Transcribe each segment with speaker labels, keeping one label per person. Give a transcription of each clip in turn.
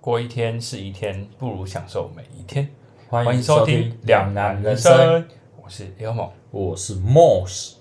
Speaker 1: 过一天是一天，不如享受每一天。
Speaker 2: 欢
Speaker 1: 欢迎
Speaker 2: 迎
Speaker 1: 收
Speaker 2: 收
Speaker 1: 听
Speaker 2: 听
Speaker 1: 《
Speaker 2: 《
Speaker 1: 两
Speaker 2: 两
Speaker 1: 难
Speaker 2: 难
Speaker 1: 人
Speaker 2: 人
Speaker 1: 生
Speaker 2: 生》，》，
Speaker 1: 我是 e l m o
Speaker 2: 我是 Moss。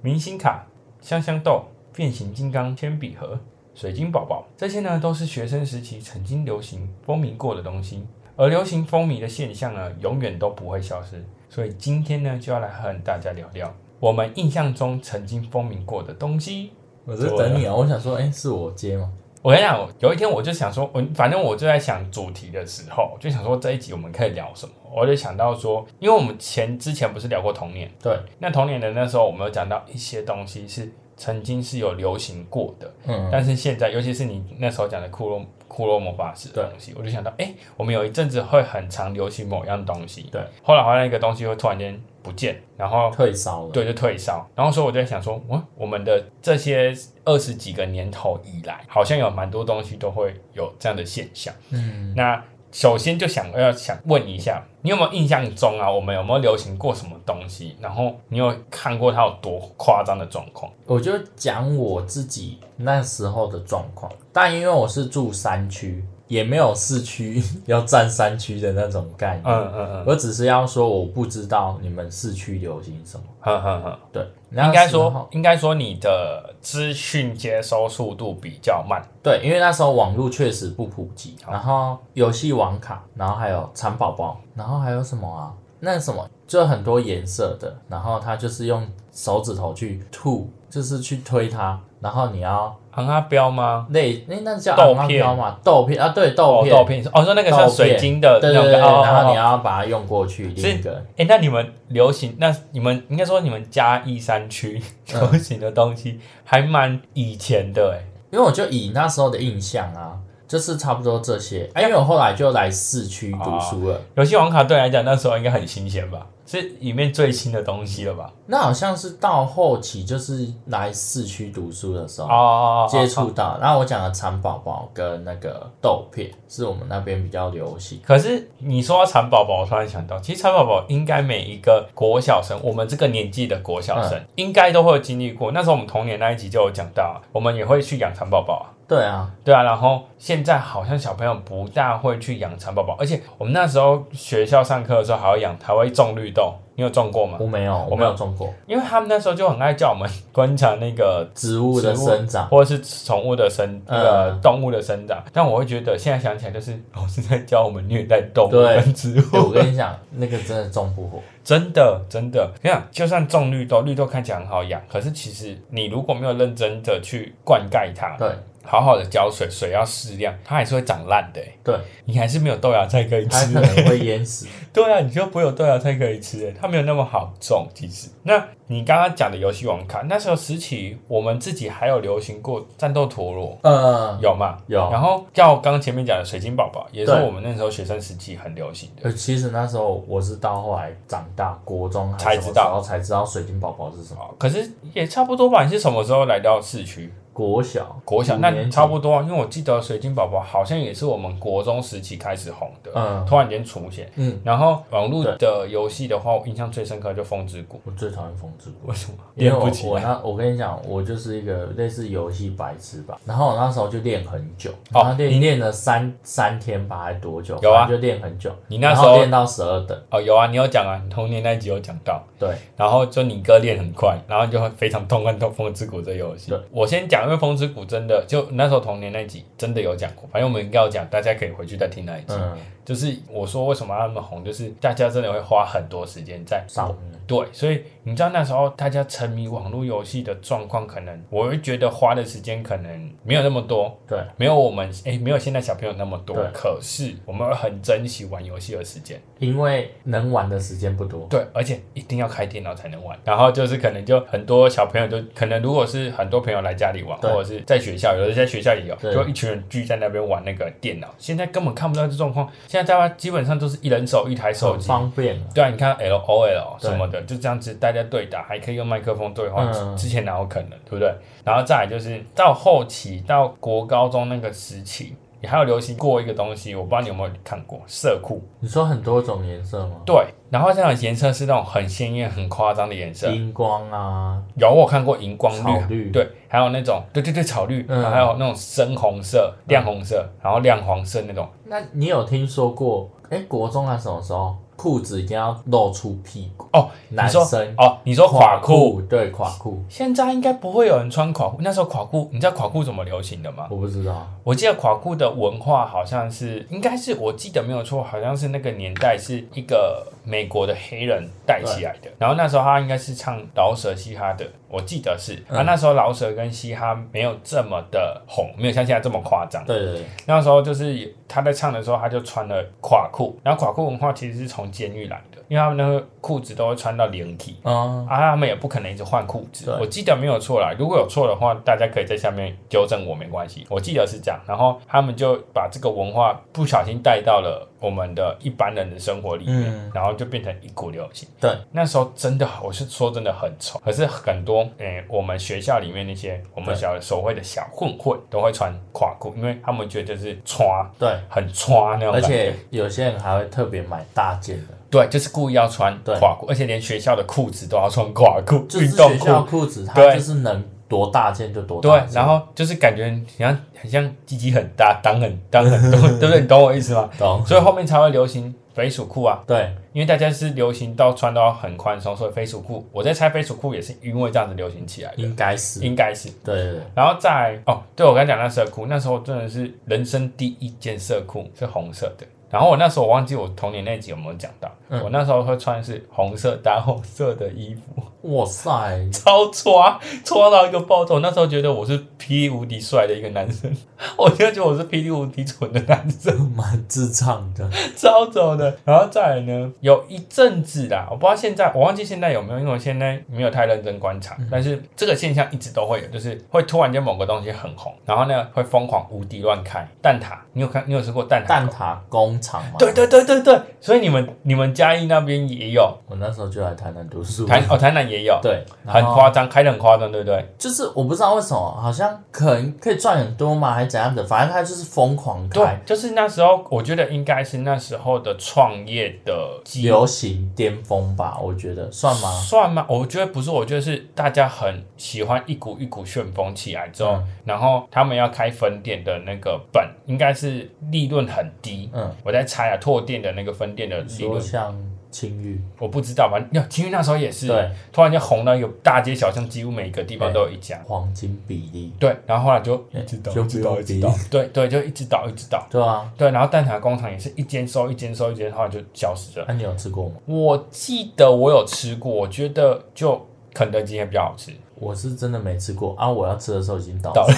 Speaker 1: 明星卡、香香豆、变形金刚铅笔盒、水晶宝宝，这些呢都是学生时期曾经流行风靡过的东西。而流行风靡的现象呢，永远都不会消失。所以今天呢，就要来和大家聊聊我们印象中曾经风靡过的东西。
Speaker 2: 我在等你啊，我想说，哎、是我接吗？
Speaker 1: 我跟你讲，有一天我就想说，我反正我就在想主题的时候，就想说这一集我们可以聊什么，我就想到说，因为我们前之前不是聊过童年，
Speaker 2: 对，
Speaker 1: 那童年的那时候我们有讲到一些东西是曾经是有流行过的，
Speaker 2: 嗯，
Speaker 1: 但是现在，尤其是你那时候讲的骷髅骷髅魔法石的东西，我就想到，哎、我们有一阵子会很常流行某样东西，
Speaker 2: 对，
Speaker 1: 后来好像那个东西会突然间不见，然后
Speaker 2: 退烧了。
Speaker 1: 对，就退烧。然后所以我就在想说，哇，我们的这些二十几个年头以来，好像有蛮多东西都会有这样的现象。
Speaker 2: 嗯，
Speaker 1: 那首先就想要想问一下，你有没有印象中啊，我们有没有流行过什么东西？然后你有看过它有多夸张的状况？
Speaker 2: 我就讲我自己那时候的状况，但因为我是住山区，也没有市区 要占山区的那种概念。
Speaker 1: 嗯嗯嗯，
Speaker 2: 我只是要说，我不知道你们市区流行什么。
Speaker 1: 哼哼哼，
Speaker 2: 对，
Speaker 1: 嗯应该
Speaker 2: 那时
Speaker 1: 说
Speaker 2: 候，
Speaker 1: 应该说你的资讯接收速度比较慢。
Speaker 2: 对，因为那时候网络确实不普及，
Speaker 1: 哦
Speaker 2: 然后游戏网卡，然后还有蚕宝宝，然后还有什么啊？那什么，就很多颜色的，然后它就是用手指头去吐，就是去推它，然后你要
Speaker 1: 昂阿啊标吗？
Speaker 2: 类，那那叫
Speaker 1: 豆
Speaker 2: 昂
Speaker 1: 片
Speaker 2: 飘嘛，豆片啊，对，豆
Speaker 1: 哦，
Speaker 2: 片，
Speaker 1: 豆片是哦，说那个像
Speaker 2: 豆片
Speaker 1: 水晶的
Speaker 2: 对
Speaker 1: 那种，
Speaker 2: 对对，对
Speaker 1: 哦哦
Speaker 2: 然后
Speaker 1: 哦
Speaker 2: 你要把它用过去
Speaker 1: 是
Speaker 2: 另一个，
Speaker 1: 哎、那你们流行，那你们应该说你们嘉义山区
Speaker 2: 嗯
Speaker 1: 流行的东西还蛮以前的哎、
Speaker 2: 因为我就以那时候的印象啊，就是差不多这些，啊因为我后来就来市区
Speaker 1: 哦
Speaker 2: 读书了。
Speaker 1: 游戏王卡对你来讲那时候应该很新鲜吧？是里面最新的东西了吧？
Speaker 2: 那好像是到后期，就是来市区读书的时候，
Speaker 1: 哦，
Speaker 2: 嗯接触到。然后我讲的蚕宝宝跟那个豆片是我们那边比较流行。
Speaker 1: 可是你说到蚕宝宝，我突然想到，其实蚕宝宝应该每一个国小生，我们这个年纪的国小
Speaker 2: 嗯
Speaker 1: 生，应该都会有经历过。那时候我们童年那一集就有讲到，我们也会去养蚕宝宝啊。
Speaker 2: 对啊，
Speaker 1: 对啊，然后现在好像小朋友不大会去养蚕宝宝，而且我们那时候学校上课的时候还会养，还会种绿豆。你有种过吗
Speaker 2: 我？没有，我没有种过
Speaker 1: 因为他们那时候就很爱叫我们观察那个
Speaker 2: 植物的
Speaker 1: 植物
Speaker 2: 生 长。
Speaker 1: 或者是宠物的生那个
Speaker 2: 嗯
Speaker 1: 动物的生长，但我会觉得现在想起来就是老师在教我们虐待动物
Speaker 2: 对
Speaker 1: 跟植
Speaker 2: 对我
Speaker 1: 物，
Speaker 2: 跟你讲，那个真的种不活。
Speaker 1: 真的真的，你想就算种绿豆，绿豆看起来很好养，可是其实你如果没有认真的去灌溉它，
Speaker 2: 对
Speaker 1: 好好的浇水，水要适量，它还是会长烂的欸、
Speaker 2: 对，
Speaker 1: 你还是没有豆芽菜可以
Speaker 2: 它
Speaker 1: 吃
Speaker 2: 可。能会淹死。
Speaker 1: 对啊，你就不会有豆芽菜可以吃，欸它没有那么好种。其实，那你刚刚讲的游戏王卡，那时候时期我们自己还有流行过战斗陀螺，
Speaker 2: 呃，
Speaker 1: 有嘛？
Speaker 2: 有。
Speaker 1: 然后叫刚前面讲的水晶宝宝，也是
Speaker 2: 对
Speaker 1: 我们那时候学生时期很流行的。
Speaker 2: 呃，其实那时候我是到后来长大，国中还
Speaker 1: 才
Speaker 2: 是什么
Speaker 1: 知道
Speaker 2: 时候才知道水晶宝宝是什么。
Speaker 1: 哦可是也差不多吧。你是什么时候来到市区？
Speaker 2: 国小，
Speaker 1: 国小
Speaker 2: 五
Speaker 1: 那
Speaker 2: 年级
Speaker 1: 差不多啊，因为我记得水晶宝宝好像也是我们国中时期开始红的，
Speaker 2: 嗯
Speaker 1: 突然间出现。
Speaker 2: 嗯，
Speaker 1: 然后网络的游戏的话，我印象最深刻就《风之谷》，
Speaker 2: 我最讨厌风之谷。
Speaker 1: 为什么
Speaker 2: 因为
Speaker 1: 连
Speaker 2: 我
Speaker 1: 不起
Speaker 2: 我
Speaker 1: 来？
Speaker 2: 那我跟你讲，我就是一个类似游戏白痴吧。然后我那时候就练很久，
Speaker 1: 哦
Speaker 2: 然后练练了三三天吧，还多久？
Speaker 1: 有啊
Speaker 2: 反正就练很久。
Speaker 1: 你那时
Speaker 2: 然
Speaker 1: 候
Speaker 2: 后练到十二等，
Speaker 1: 哦，有啊，你有讲啊，你童年那一集有讲到，
Speaker 2: 对，
Speaker 1: 然后就你哥练很快，然后就会非常痛恨《痛风之谷》这游戏
Speaker 2: 对。
Speaker 1: 我先讲，因为《风之谷》真的就那时候童年那一集真的有讲过，反正我们应该有讲，大家可以回去再听那一集。
Speaker 2: 嗯，
Speaker 1: 就是我说为什么要那么红，就是大家真的会花很多时间在
Speaker 2: 上面
Speaker 1: 对，所以你知道那时候大家沉迷网络游戏的状况，可能我会觉得花的时间可能没有那么多，
Speaker 2: 对，
Speaker 1: 没有我们诶，没有现在小朋友那么多
Speaker 2: 对，
Speaker 1: 可是我们会很珍惜玩游戏的时间，
Speaker 2: 因为能玩的时间不多，
Speaker 1: 对，而且一定要开电脑才能玩。然后就是可能就很多小朋友就可能如果是很多朋友来家里玩，
Speaker 2: 对
Speaker 1: 或者是在学校，有的在学校也有，
Speaker 2: 对
Speaker 1: 就一群人聚在那边玩那个电脑。现在根本看不到这状况，现在大家基本上都是一人手一台手
Speaker 2: 很
Speaker 1: 机，
Speaker 2: 方便啊。
Speaker 1: 对啊，你看 L O L
Speaker 2: 对
Speaker 1: 什么的，就这样子大家对打，还可以用麦克风对话，
Speaker 2: 嗯
Speaker 1: 之前哪有可能，对不对？然后再来就是到后期到国高中那个时期，也还有流行过一个东西，我不知道你有没有看过色库。
Speaker 2: 你说很多种颜色吗？
Speaker 1: 对，然后这样的颜色是那种很鲜艳、很夸张的颜色，
Speaker 2: 荧光啊，
Speaker 1: 有我有看过荧光
Speaker 2: 嗯草
Speaker 1: 绿，啊
Speaker 2: 绿
Speaker 1: 对，还有那种对对对草绿，
Speaker 2: 嗯
Speaker 1: 然后还有那种深红色、亮红色，然后亮黄色那种。
Speaker 2: 那你有听说过？哎，国中还是什么时候，裤子一定要露出屁股？
Speaker 1: 哦，
Speaker 2: 男
Speaker 1: 你说
Speaker 2: 生
Speaker 1: 哦，你说垮裤，
Speaker 2: 裤，对垮裤，
Speaker 1: 现在应该不会有人穿垮裤。那时候垮裤，你知道垮裤怎么流行的吗？
Speaker 2: 我不知道。
Speaker 1: 我记得垮裤的文化好像是，应该是我记得没有错，好像是那个年代是一个美国的黑人带起来的。然后那时候他应该是唱饶舌嘻哈的，我记得是。
Speaker 2: 嗯
Speaker 1: 啊，那时候饶舌跟嘻哈没有这么的红，没有像现在这么夸张。
Speaker 2: 对对对，
Speaker 1: 那时候就是他在唱的时候，他就穿了垮裤。然后垮裤文化其实是从监狱来的，因为他们那个裤子都会穿到连体。
Speaker 2: 嗯，
Speaker 1: 啊，他们也不可能一直换裤子
Speaker 2: 对。
Speaker 1: 我记得没有错啦，如果有错的话，大家可以在下面纠正我，没关系。我记得是这样，然后他们就把这个文化不小心带到了我们的一般人的生活里面，
Speaker 2: 嗯
Speaker 1: 然后就变成一股流行。
Speaker 2: 对，
Speaker 1: 那时候真的，我是说真的很丑，可是很多诶、我们学校里面那些我们
Speaker 2: 对
Speaker 1: 小所谓的小混混都会穿垮裤，因为他们觉得是穿
Speaker 2: 对，
Speaker 1: 很穿那种
Speaker 2: 而
Speaker 1: 感觉。
Speaker 2: 且有些人还会特别买大件的，
Speaker 1: 对，就是故意要穿
Speaker 2: 对
Speaker 1: 垮裤，而且连学校的裤子都要穿垮裤，
Speaker 2: 就是
Speaker 1: 运动
Speaker 2: 学
Speaker 1: 裤。
Speaker 2: 校裤子，它
Speaker 1: 对
Speaker 2: 就是能多大件就多
Speaker 1: 对
Speaker 2: 大，件。
Speaker 1: 然后就是感觉很像很像鸡鸡很大，裆很裆很多，对不对？你懂我意思吗？
Speaker 2: 懂，
Speaker 1: 所以后面才会流行飞鼠裤啊，
Speaker 2: 对
Speaker 1: 因为大家是流行到穿到很宽松，所以飞鼠裤，我在猜飞鼠裤也是因为这样子流行起来的，
Speaker 2: 应该是，对
Speaker 1: 应该是。
Speaker 2: 对对，
Speaker 1: 然后再来哦，对我刚才讲那色裤，那时候真的是人生第一件色裤是红色的。然后我那时候我忘记我童年那集有没有讲到，
Speaker 2: 嗯
Speaker 1: 我那时候会穿是红色搭红色的衣服，
Speaker 2: 哇塞，
Speaker 1: 超抓抓到一个爆炸。我那时候觉得我是霹雳无敌帅的一个男生， 我现在觉得我是霹雳无敌蠢的男生，
Speaker 2: 蛮智障 的，
Speaker 1: 超丑的。然后再来呢，有一阵子啦，我不知道现在，我忘记现在有没有，因为我现在没有太认真观
Speaker 2: 嗯
Speaker 1: 察。但是这个现象一直都会有，就是会突然间某个东西很红，然后呢会疯狂无敌乱开蛋挞。你有看？你有吃过蛋挞？
Speaker 2: 蛋挞工厂嘛。
Speaker 1: 对，对对对对，所以你们你们嘉义那边也有，
Speaker 2: 我那时候就来台南读书，
Speaker 1: 台哦台南也有，
Speaker 2: 嗯对，哦
Speaker 1: 很
Speaker 2: 然后
Speaker 1: 夸张，开的很夸张，对不对？
Speaker 2: 就是我不知道为什么，好像可能可以赚很多嘛，还是怎样的，反正他就是疯狂
Speaker 1: 对
Speaker 2: 开，，
Speaker 1: 就是那时候，我觉得应该是那时候的创业的机
Speaker 2: 流行巅峰吧，我觉得算吗？
Speaker 1: 算吗？我觉得不是，我觉得是大家很喜欢一股一股旋风起来之后，
Speaker 2: 嗯
Speaker 1: 然后他们要开分店的那个本应该是利润很低。
Speaker 2: 嗯，
Speaker 1: 我在猜啊，拓店的那个分店的利
Speaker 2: 说
Speaker 1: 润，
Speaker 2: 像青玉，
Speaker 1: 我不知道吧？那其实那时候也是，
Speaker 2: 对，
Speaker 1: 突然间红到有大街小巷，几乎每个地方都有一家。
Speaker 2: 黄金比例，
Speaker 1: 对，然后后来就
Speaker 2: 哎
Speaker 1: 一直倒，
Speaker 2: 就
Speaker 1: 一直
Speaker 2: 不
Speaker 1: 倒，
Speaker 2: 用
Speaker 1: 一直倒
Speaker 2: 比，
Speaker 1: 对对，就一直倒，一直倒。
Speaker 2: 对啊，
Speaker 1: 对，然后蛋挞工厂也是一间收一间收一间，后来就消失了。
Speaker 2: 那、你有吃过吗？
Speaker 1: 我记得我有吃过，我觉得就肯德基也比较好吃。
Speaker 2: 我是真的没吃过啊！我要吃的时候已经倒
Speaker 1: 倒
Speaker 2: 了，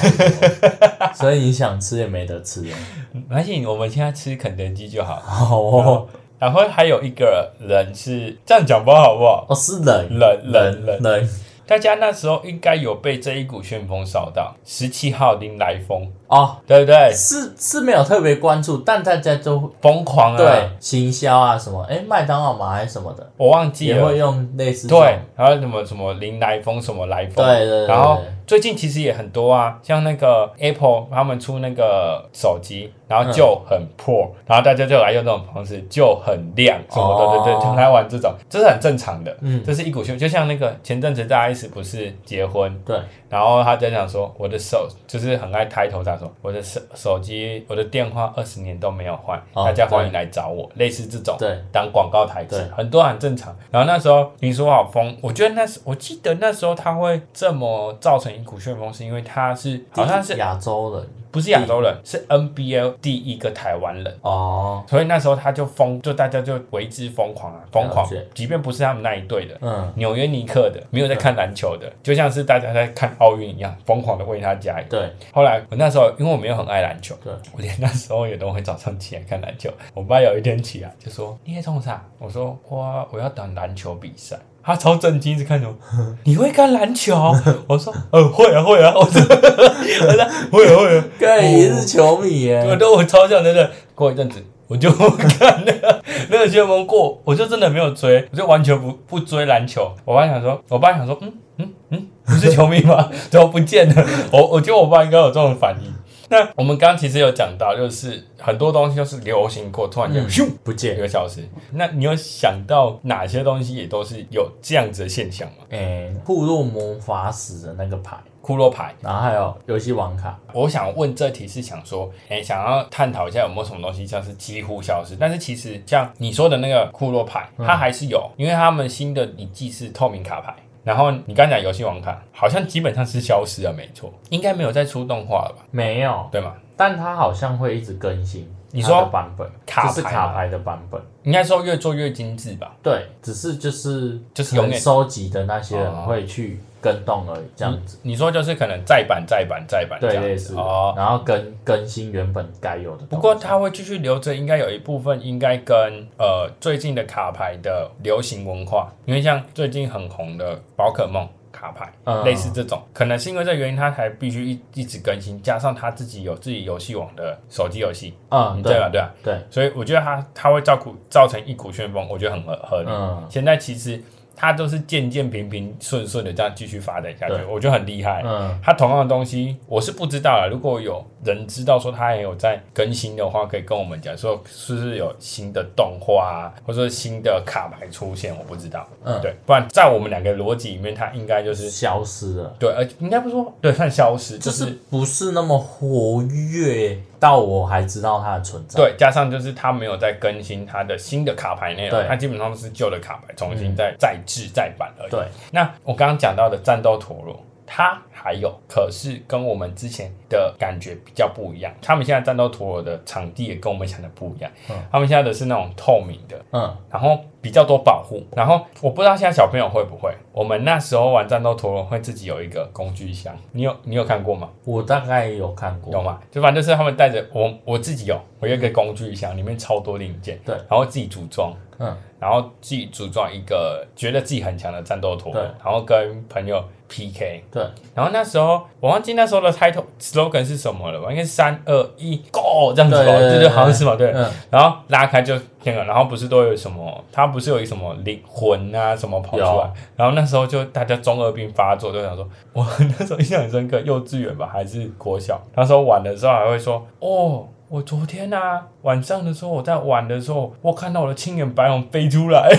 Speaker 2: 所以你想吃也没得吃了。
Speaker 1: 而且我们现在吃肯德基就好。
Speaker 2: 好哦，
Speaker 1: 然后还有一个人是这样讲不好好不好？
Speaker 2: 哦是冷
Speaker 1: 人人人，
Speaker 2: 冷，
Speaker 1: 大家那时候应该有被这一股旋风扫到，十七号林来疯，
Speaker 2: 哦，
Speaker 1: 对不对？
Speaker 2: 是是没有特别关注，但大家都
Speaker 1: 疯狂啊！
Speaker 2: 对，行销啊什么，哎，麦当劳嘛还是什么的，
Speaker 1: 我忘记
Speaker 2: 也
Speaker 1: 了
Speaker 2: 会。用类似这
Speaker 1: 对
Speaker 2: 种，
Speaker 1: 然后什么什么林来疯，什么来疯，
Speaker 2: 对对对
Speaker 1: 然后
Speaker 2: 对
Speaker 1: 最近其实也很多啊，像那个 Apple 他们出那个手机，然后就很破，然后大家就来用这种方式，就很亮什么的，
Speaker 2: 哦
Speaker 1: 对对，就来玩这种，这是很正常的。
Speaker 2: 嗯
Speaker 1: 这是一股秀，就像那个前阵子大 S 不是结婚，
Speaker 2: 对，
Speaker 1: 然后他在讲说我的手就是很爱抬头，他说我的手手机我的电话二十年都没有换，
Speaker 2: 哦
Speaker 1: 大家欢迎来找我，类似这种
Speaker 2: 对
Speaker 1: 当广告台词
Speaker 2: 对，
Speaker 1: 很多很正常。然后那时候林书豪疯，我觉得那时我记得那时候他会这么造成一股旋风，是因为他是好像是
Speaker 2: 亚洲人
Speaker 1: 不是亚洲人，是 NBA 第一个台湾人。
Speaker 2: 哦，
Speaker 1: 所以那时候他就疯，就大家就为之疯狂啊，疯狂
Speaker 2: 了解！
Speaker 1: 即便不是他们那一队的，
Speaker 2: 嗯，
Speaker 1: 纽约尼克的，没有在看篮球的，就像是大家在看奥运一样，疯狂的为他加油。
Speaker 2: 对，
Speaker 1: 后来我那时候因为我没有很爱篮球，
Speaker 2: 对
Speaker 1: 我连那时候也都会早上起来看篮球。我爸有一天起来就说：“你在冲啥？”我说：“哇，我要等篮球比赛。”他超震惊，一直看着我。你会看篮球？我说：“呃，会啊，会啊。”我说：“ 我说会啊，会啊。”
Speaker 2: 对，也是球迷
Speaker 1: 我
Speaker 2: 耶，
Speaker 1: 都我超像真的，过一阵子我就不看那个那个旋风过，我就真的没有追，我就完全不不追篮球。我爸想说，我爸想说， 嗯嗯嗯，不是球迷吗？怎么不见了？我我觉得我爸应该有这种反应。那我们刚刚其实有讲到，就是很多东西都是流行过，突然间
Speaker 2: 嗯
Speaker 1: 咻
Speaker 2: 不
Speaker 1: 一
Speaker 2: 见。
Speaker 1: 个小时。那你有想到哪些东西也都是有这样子的现象吗？
Speaker 2: 诶、库洛魔法使的那个牌，
Speaker 1: 骷髅牌，
Speaker 2: 然后还有游戏王卡，
Speaker 1: 我想问这题是想说，哎、想要探讨一下有没有什么东西像是几乎消失，但是其实像你说的那个库洛牌，
Speaker 2: 嗯
Speaker 1: 它还是有，因为他们新的一季是透明卡牌。然后你刚讲游戏王卡，好像基本上是消失了，没错，应该没有再出动画了吧？
Speaker 2: 没有，
Speaker 1: 对吗？
Speaker 2: 但它好像会一直更新。
Speaker 1: 你说
Speaker 2: 版本，
Speaker 1: 卡牌
Speaker 2: 就是卡
Speaker 1: 吗
Speaker 2: 牌的版本。
Speaker 1: 应该说越做越精致吧。
Speaker 2: 对，只是就是
Speaker 1: 就是
Speaker 2: 可能
Speaker 1: 永远
Speaker 2: 收集的那些
Speaker 1: 哦
Speaker 2: 人会去跟动而已，这样子。
Speaker 1: 你说就是可能再版、再版、再版嗯这
Speaker 2: 对，
Speaker 1: 样
Speaker 2: 类
Speaker 1: 子
Speaker 2: 似。
Speaker 1: 哦。
Speaker 2: 然后更更新原本该有的东西。
Speaker 1: 不过它会继续留着，应该有一部分应该跟呃最近的卡牌的流行文化，因为像最近很红的宝可梦卡牌，
Speaker 2: 嗯
Speaker 1: 类似这种，可能是因为这原因，它才必须一一直更新，加上它自己有自己游戏网的手机游戏，
Speaker 2: 嗯，
Speaker 1: 对
Speaker 2: 对
Speaker 1: 吧？对吧？
Speaker 2: 对，
Speaker 1: 所以我觉得它它会造股造成一股旋风，我觉得很合合理。
Speaker 2: 嗯，
Speaker 1: 现在其实它都是渐渐平平顺顺的这样继续发展下去
Speaker 2: 对，
Speaker 1: 我觉得很厉害。
Speaker 2: 嗯，
Speaker 1: 它同样的东西，我是不知道了。啊如果有人知道说它也有在更新的话，可以跟我们讲说是不是有新的动画啊，或者说新的卡牌出现，我不知道。
Speaker 2: 嗯
Speaker 1: 对，不然在我们两个逻辑里面，它应该就是
Speaker 2: 消失了，
Speaker 1: 对，而应该不说对算消失，就、
Speaker 2: 就是是不是那么活跃到我还知道它的存在。
Speaker 1: 对，加上就是它没有在更新它的新的卡牌内容
Speaker 2: 对，嗯
Speaker 1: 它基本上都是旧的卡牌重新再、再制再版而已。
Speaker 2: 对，
Speaker 1: 那我刚刚讲到的战斗陀螺，它还有，可是跟我们之前的感觉比较不一样。他们现在战斗陀螺的场地也跟我们想的不一样，
Speaker 2: 嗯
Speaker 1: 他们现在的是那种透明的，
Speaker 2: 嗯，
Speaker 1: 然后比较多保护。然后我不知道现在小朋友会不会，我们那时候玩战斗陀螺会自己有一个工具箱，你有你有看过吗？
Speaker 2: 我大概有看过。
Speaker 1: 有吗？就反正就是他们带着我我自己有，哦我有一个工具箱，里面超多零件，
Speaker 2: 对
Speaker 1: 然后自己组装。
Speaker 2: 嗯，
Speaker 1: 然后自己组装一个觉得自己很强的战斗陀螺
Speaker 2: 对，
Speaker 1: 然后跟朋友 PK。
Speaker 2: 对，
Speaker 1: 然后那时候我忘记那时候的 title slogan 是什么了吧？应该是三二一 Go 这样子吧，
Speaker 2: 对对对
Speaker 1: 对对，好像是吧？对。
Speaker 2: 嗯，
Speaker 1: 然后拉开就那个，然后不是都有什么？它不是有一什么灵魂啊什么跑出来
Speaker 2: 有？
Speaker 1: 然后那时候就大家中二病发作，就想说，我那时候印象很深刻，幼稚园吧还是国小？那时候玩的时候还会说，哦。我昨天啊，晚上的时候，我在玩的时候，我看到我的青眼白龙飞出 来，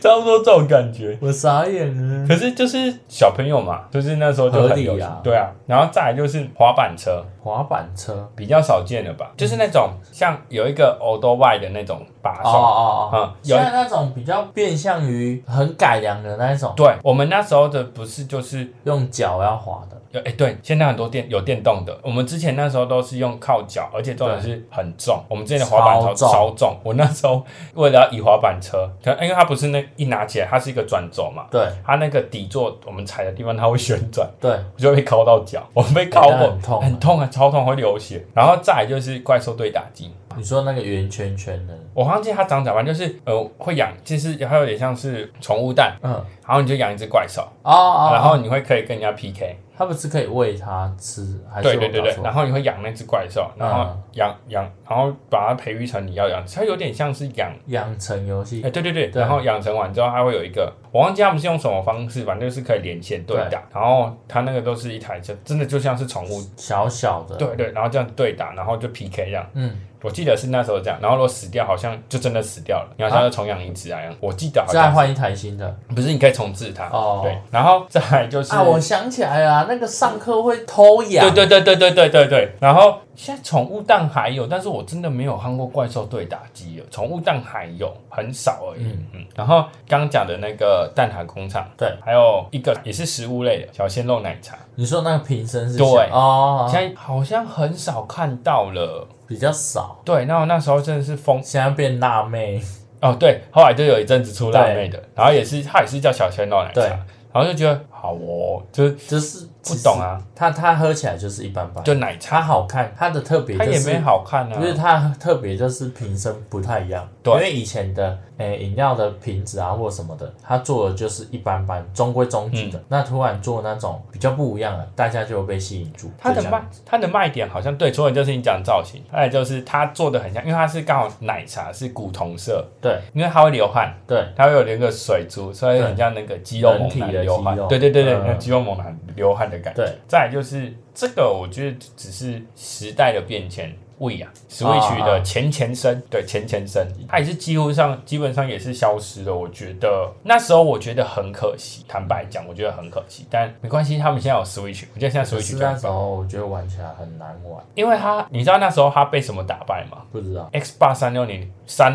Speaker 1: 差不多这种感觉。
Speaker 2: 我傻眼了。
Speaker 1: 可是就是小朋友嘛，就是那时候就
Speaker 2: 合
Speaker 1: 很
Speaker 2: 理
Speaker 1: 有
Speaker 2: 啊
Speaker 1: 对啊。然后再来就是滑板车，
Speaker 2: 滑板车，
Speaker 1: 比较少见了
Speaker 2: 嗯
Speaker 1: 吧？就是那种像有一个 o l d Y 的那种把
Speaker 2: 哦
Speaker 1: 手，
Speaker 2: 哦哦
Speaker 1: 嗯，有
Speaker 2: 现在那种比较变相于很改良的那一种，
Speaker 1: 对我们那时候的不是就是
Speaker 2: 用脚要滑的。
Speaker 1: 有哎、对，现在很多电有电动的，我们之前那时候都是用靠脚，而且重点是很重。我们之前的滑板超
Speaker 2: 超重
Speaker 1: 超重，我那时候为了要移滑板车，可能因为它不是那一拿起来它是一个转轴嘛，
Speaker 2: 对
Speaker 1: 它那个底座我们踩的地方它会旋转。
Speaker 2: 对，
Speaker 1: 我就被敲到脚，我被敲过，
Speaker 2: 那很痛啊
Speaker 1: 很痛啊，超痛，会流血。然后再来就是怪兽对打机，
Speaker 2: 你说那个圆圈圈的，
Speaker 1: 我忘记它长怎样，就是呃会养，就是它有点像是宠物蛋，
Speaker 2: 嗯，哦
Speaker 1: 然后你就养一只怪兽，
Speaker 2: 哦，
Speaker 1: 然
Speaker 2: 哦
Speaker 1: 后你会可以跟人家 PK，
Speaker 2: 它不是可以喂它吃，还是
Speaker 1: 对
Speaker 2: 我
Speaker 1: 对对对
Speaker 2: 搞，错
Speaker 1: 然后你会养那只怪兽，然后
Speaker 2: 嗯
Speaker 1: 养养，然后把它培育成你要养，它有点像是养。
Speaker 2: 养成游戏
Speaker 1: 哎、，对对对，
Speaker 2: 对
Speaker 1: 然后养成完之后，它会有一个，我忘记他们是用什么方式，反正就是可以连线对打，然后它那个都是一台车，真的就像是宠物，
Speaker 2: 小小的，
Speaker 1: 对对，然后这样对打，然后就 PK 这样。
Speaker 2: 嗯，
Speaker 1: 我记得是那时候这样，然后如果死掉，好像就真的死掉了，你好像要重养一只啊一样。我记得好
Speaker 2: 再
Speaker 1: 像
Speaker 2: 换一台新的。
Speaker 1: 不是，你可以重置它。
Speaker 2: 哦
Speaker 1: 对，然后再来就是
Speaker 2: 啊，我想起来了，那个上课会偷痒，
Speaker 1: 对对对对对对对对。然后现在宠物蛋还有，但是我真的没有看过怪兽对打机了。宠物蛋还有，很少而已。嗯
Speaker 2: 嗯
Speaker 1: 然后刚讲的那个蛋挞工厂，
Speaker 2: 对，
Speaker 1: 还有一个也是食物类的小鲜肉奶茶，
Speaker 2: 你说那个瓶身是
Speaker 1: 对
Speaker 2: 小哦，
Speaker 1: 现在好像很少看到了。
Speaker 2: 比较少，
Speaker 1: 对，然后那时候真的是疯
Speaker 2: 现在变辣妹，
Speaker 1: 哦，对，后来就有一阵子出辣妹的，然后也是它也是叫小鲜肉奶茶
Speaker 2: 对，
Speaker 1: 然后就觉得好哦，就是
Speaker 2: 就是
Speaker 1: 不懂，啊，
Speaker 2: 其实它它喝起来就是一般般，
Speaker 1: 就奶
Speaker 2: 它
Speaker 1: 茶，
Speaker 2: 好看，它的特别
Speaker 1: 它
Speaker 2: 就
Speaker 1: 也没
Speaker 2: 是。
Speaker 1: 好看啊，
Speaker 2: 不是它特别，就是瓶身不太一样，
Speaker 1: 对
Speaker 2: 因为以前的诶饮、料的瓶子啊或什么的，它做的就是一般般，中规中矩的。那突然做那种比较不一样的，大家就会被吸引住。
Speaker 1: 它
Speaker 2: 就
Speaker 1: 的
Speaker 2: 这样
Speaker 1: 卖它的卖点好像对，除了就是你讲造型，还有就是它做的很像，因为它是刚好奶茶是古铜色，
Speaker 2: 对
Speaker 1: 因为它会流汗，
Speaker 2: 对
Speaker 1: 它会有那个水珠，所以很像那个肌肉猛
Speaker 2: 人
Speaker 1: 男
Speaker 2: 体的
Speaker 1: 流
Speaker 2: 肌
Speaker 1: 汗
Speaker 2: 肉，
Speaker 1: 对对对对对，
Speaker 2: 嗯
Speaker 1: 那肌肉猛男流汗的感觉。
Speaker 2: 对，
Speaker 1: 再来就是这个，我觉得只是时代的变迁。胃啊，Switch
Speaker 2: 啊
Speaker 1: 的前前身，对前前身，它也是几乎上基本上也是消失的。我觉得那时候我觉得很可惜，坦白讲，我觉得很可惜，但没关系，他们现在有 Switch，我觉得现在
Speaker 2: 可
Speaker 1: Switch
Speaker 2: 是
Speaker 1: 就
Speaker 2: 那
Speaker 1: 很
Speaker 2: 时
Speaker 1: 棒，
Speaker 2: 候我觉得玩起来很难玩，
Speaker 1: 因为它你知道那时候它被什么打败吗
Speaker 2: 不知道，
Speaker 1: ？X 八三六零三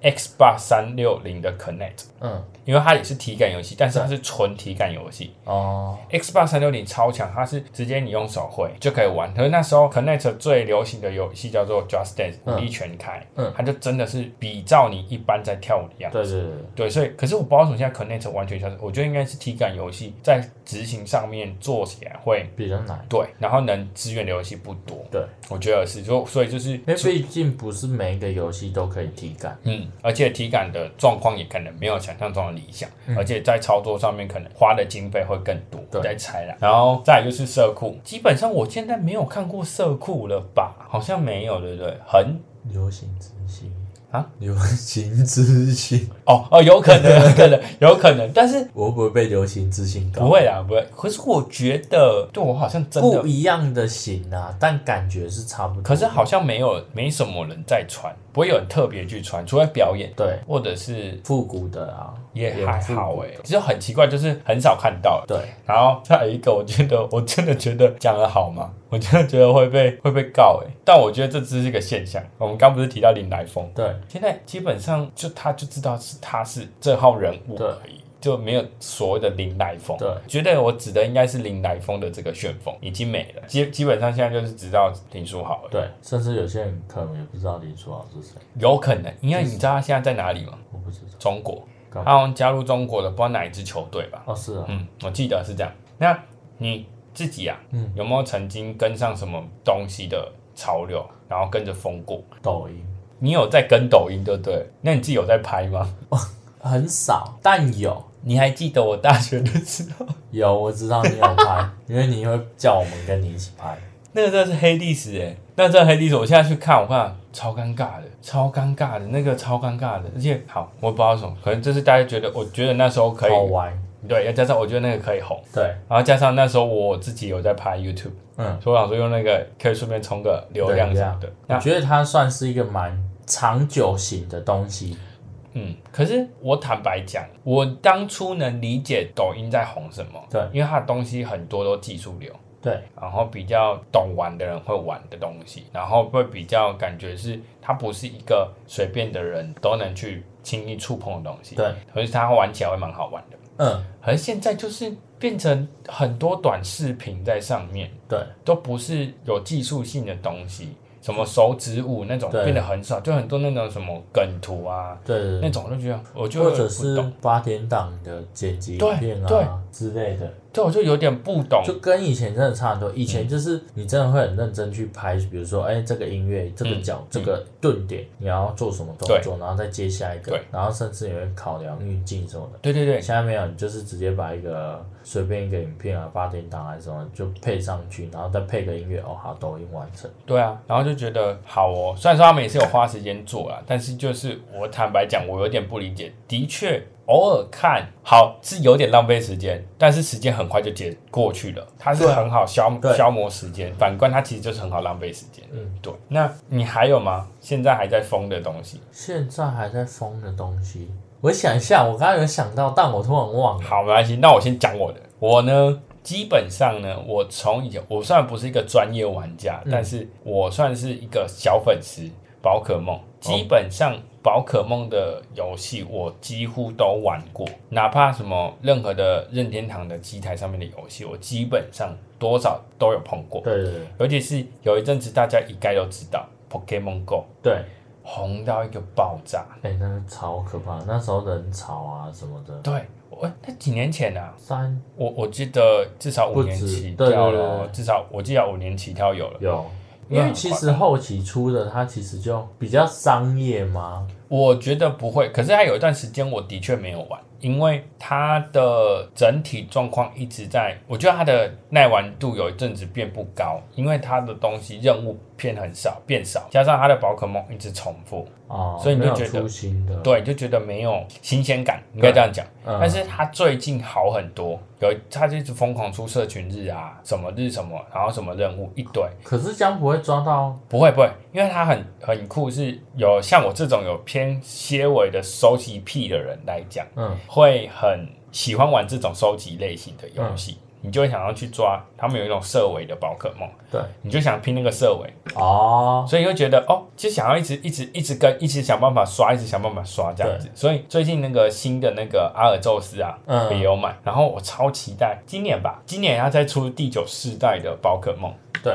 Speaker 1: X 八三六零的 Connect，
Speaker 2: 嗯，
Speaker 1: 因为它也是体感游戏，但是它是纯体感游戏，
Speaker 2: 哦，
Speaker 1: Xbox 三六零超强，它是直接你用手绘就可以玩。可是那时候 Connect 最流行的游戏叫做 Just Dance
Speaker 2: 嗯
Speaker 1: 舞力全开，
Speaker 2: 嗯
Speaker 1: 它就真的是比照你一般在跳舞的样子。
Speaker 2: 对对对，
Speaker 1: 对，所以可是我不知道为什么现在 Connect 完全消失，我觉得应该是体感游戏在执行上面做起来会
Speaker 2: 比较难，
Speaker 1: 对，然后能支援的游戏不多，
Speaker 2: 对，
Speaker 1: 我觉得是，就所以就是
Speaker 2: 因为毕竟不是每一个游戏都可以体感，
Speaker 1: 嗯，而且体感的状况也可能没有想象中的理想，而且在操作上面可能花的经费会更多，
Speaker 2: 对
Speaker 1: 在猜啦。然后再来就是社库，基本上我现在没有看过社库了吧？好像没有，对不对？很
Speaker 2: 流行之星
Speaker 1: 啊，
Speaker 2: 流行之星，
Speaker 1: 哦哦，有可能， 有可能，有可能，但是
Speaker 2: 我会不会被流行之星
Speaker 1: 不
Speaker 2: 搞？
Speaker 1: 会啦，不会。可是我觉得，对我好像真的
Speaker 2: 不，一样的型啊，但感觉是差不多。
Speaker 1: 可是好像没有，没什么人在穿，不会有人特别去穿，除非表演
Speaker 2: 对
Speaker 1: 或者是
Speaker 2: 复古的啊，
Speaker 1: 也还
Speaker 2: 复古
Speaker 1: 好哎、欸，就很奇怪，就是很少看到。
Speaker 2: 对，
Speaker 1: 然后再有一个，我觉得我真的觉得讲的好吗？我真的觉得会被会被告哎、但我觉得这只是一个现象。我们刚不是提到林来疯，
Speaker 2: 对
Speaker 1: 现在基本上就他就知道是他是这号人物
Speaker 2: 对
Speaker 1: 而已，就没有所谓的林来疯。
Speaker 2: 对，
Speaker 1: 觉得我指的应该是林来疯的这个旋风已经没了，基基本上现在就是只知道林书豪而已，
Speaker 2: 对，甚至有些人可能也不知道林书豪是谁，
Speaker 1: 有可能，因为你知道他现在在哪里吗？
Speaker 2: 我不知道。
Speaker 1: 中国，
Speaker 2: 干
Speaker 1: 他好
Speaker 2: 嘛
Speaker 1: 像加入中国的不知道哪一支球队吧。
Speaker 2: 哦，是啊，
Speaker 1: 嗯，我记得是这样。那你自己啊，
Speaker 2: 嗯
Speaker 1: 有没有曾经跟上什么东西的潮流，然后跟着风过？
Speaker 2: 抖音
Speaker 1: 你有在跟抖音，对不对？那你自己有在拍吗？
Speaker 2: 很少，但有
Speaker 1: 你还记得我大学的时候，
Speaker 2: 有，我知道你有拍，因为你会叫我们跟你一起拍。
Speaker 1: 那个真的是黑历史哎、那这黑历史，我现在去看，我看超尴尬的，超尴尬的，那个超尴尬的，而且好，我不知道为什么，可能就是大家觉得，我觉得那时候可以，
Speaker 2: 好玩，
Speaker 1: 对，要加上我觉得那个可以红，
Speaker 2: 对，
Speaker 1: 然后加上那时候我自己有在拍 YouTube，
Speaker 2: 嗯，
Speaker 1: 所以我想说用那个可以顺便冲个流量什么的。
Speaker 2: 我
Speaker 1: 那
Speaker 2: 觉得它算是一个蛮长久型的东西，
Speaker 1: 嗯，可是我坦白讲，我当初能理解抖音在红什么，
Speaker 2: 对
Speaker 1: 因为它的东西很多都技术流，
Speaker 2: 对，
Speaker 1: 然后比较懂玩的人会玩的东西，然后会比较感觉是它不是一个随便的人都能去轻易触碰的东西，
Speaker 2: 对，
Speaker 1: 可是它玩起来会蛮好玩的。
Speaker 2: 嗯，
Speaker 1: 而现在就是变成很多短视频在上面，
Speaker 2: 对，
Speaker 1: 都不是有技术性的东西，什么手指舞那种
Speaker 2: 对
Speaker 1: 变得很少，就很多那种什么梗图啊
Speaker 2: 对对
Speaker 1: 那
Speaker 2: 对。
Speaker 1: 种，我就觉得我就
Speaker 2: 或者
Speaker 1: 不
Speaker 2: 是
Speaker 1: 懂，
Speaker 2: 八点档的剪辑影片
Speaker 1: 对对
Speaker 2: 啊之类的，
Speaker 1: 对，我就有点不懂，
Speaker 2: 就跟以前真的差很多。以前就是你真的会很认真去拍，比如说，哎、这个音乐、这个角、这个顿点，你要做什么动作，然后再接下一个
Speaker 1: 对，
Speaker 2: 然后甚至你会考量运镜什么的。
Speaker 1: 对对对，
Speaker 2: 现在没有，你就是直接把一个随便一个影片啊、八点档还是什么，就配上去，然后再配个音乐，哦，好，抖音完成。
Speaker 1: 对啊，然后就觉得好哦，虽然说他们也是有花时间做啦，但是就是我坦白讲，我有点不理解，的确偶尔看好是有点浪费时间，但是时间很快就结过去了，它是
Speaker 2: 对啊
Speaker 1: 很好消
Speaker 2: 对
Speaker 1: 消磨时间，反观它其实就是很好浪费时间。
Speaker 2: 嗯，
Speaker 1: 对，那你还有吗？现在还在疯的东西？
Speaker 2: 现在还在疯的东西，我想一下，我刚刚有想到，但我突然忘了。
Speaker 1: 好，没关系，那我先讲我的。我呢，基本上呢，我从以前，我虽然不是一个专业玩家，
Speaker 2: 嗯
Speaker 1: 但是我算是一个小粉丝。宝可梦，基本上宝可梦的游戏我几乎都玩过，哪怕什么任何的任天堂的机台上面的游戏，我基本上多少都有碰过。
Speaker 2: 对对对
Speaker 1: 尤其是有一阵子，大家一概都知道 Pokemon Go
Speaker 2: 对，
Speaker 1: 红到一个爆炸。
Speaker 2: 哎、那个超可怕，那时候人潮啊什么的，
Speaker 1: 对，我那几年前啊，
Speaker 2: 三
Speaker 1: 我我记得至少五
Speaker 2: 不
Speaker 1: 年
Speaker 2: 止
Speaker 1: 起
Speaker 2: 对
Speaker 1: 跳
Speaker 2: 对
Speaker 1: 了，
Speaker 2: 对
Speaker 1: 至少我记得五年起跳有了。
Speaker 2: 有，
Speaker 1: 那
Speaker 2: 因
Speaker 1: 很
Speaker 2: 为其
Speaker 1: 夸
Speaker 2: 实后期出的它其实就比较商业嘛，
Speaker 1: 我觉得不会，可是还有一段时间我的确没有玩，因为它的整体状况一直在，我觉得它的耐玩度有一阵子变不高，因为它的东西任务偏很少，变少，加上它的宝可梦一直重复，
Speaker 2: 哦，
Speaker 1: 所以你就
Speaker 2: 没有
Speaker 1: 觉得
Speaker 2: 出新的，
Speaker 1: 对，就觉得没有新鲜感，应该这样讲。
Speaker 2: 嗯
Speaker 1: 但是它最近好很多，有它就一直疯狂出社群日啊，什么日什么，然后什么任务一堆，
Speaker 2: 可是这样不会抓到
Speaker 1: 不会不会，因为它很很酷，是有像我这种有偏些微的收集癖的人来讲，
Speaker 2: 嗯
Speaker 1: 会很喜欢玩这种收集类型的游戏，你就会想要去抓他们有一种色尾的宝可梦，
Speaker 2: 对
Speaker 1: 你就想拼那个色尾，
Speaker 2: 哦，
Speaker 1: 所以会觉得哦，就想要一直一直一直跟，一直想办法刷，一直想办法刷这样子。所以最近那个新的那个阿尔宙斯啊，
Speaker 2: 嗯
Speaker 1: 也有买，然后我超期待今年吧，今年要再出第九世代的宝可梦。
Speaker 2: 对，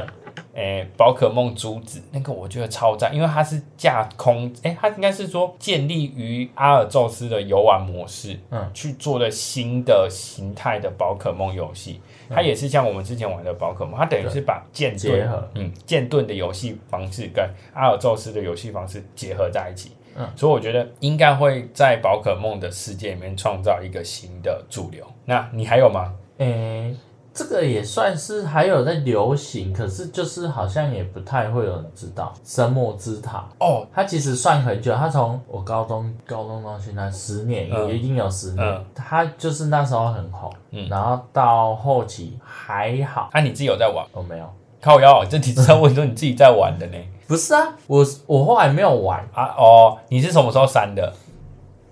Speaker 1: 诶，宝可梦珠子那个我觉得超赞，因为它是架空，诶，它应该是说建立于阿尔宙斯的游玩模式，
Speaker 2: 嗯，
Speaker 1: 去做了新的形态的宝可梦游戏。它也是像我们之前玩的宝可梦，它等于是把剑
Speaker 2: 嗯结
Speaker 1: 盾
Speaker 2: 合，
Speaker 1: 嗯，剑盾的游戏方式跟阿尔宙斯的游戏方式结合在一起。
Speaker 2: 嗯，
Speaker 1: 所以我觉得应该会在宝可梦的世界里面创造一个新的主流。那你还有吗？
Speaker 2: 诶、这个也算是还有在流行，可是就是好像也不太会有人知道神魔之塔。
Speaker 1: 哦，
Speaker 2: 它其实算很久，它从我高中高中到现在十年，
Speaker 1: 嗯
Speaker 2: 也已经有十
Speaker 1: 嗯
Speaker 2: 年。它就是那时候很红，
Speaker 1: 嗯
Speaker 2: 然后到后期还好，哦
Speaker 1: 啊，你自己有在玩？
Speaker 2: 我、没有。
Speaker 1: 靠腰，啊这题在问说你自己在玩的呢？
Speaker 2: 不是啊，我我后来没有玩，
Speaker 1: 啊哦，你是什么时候删的？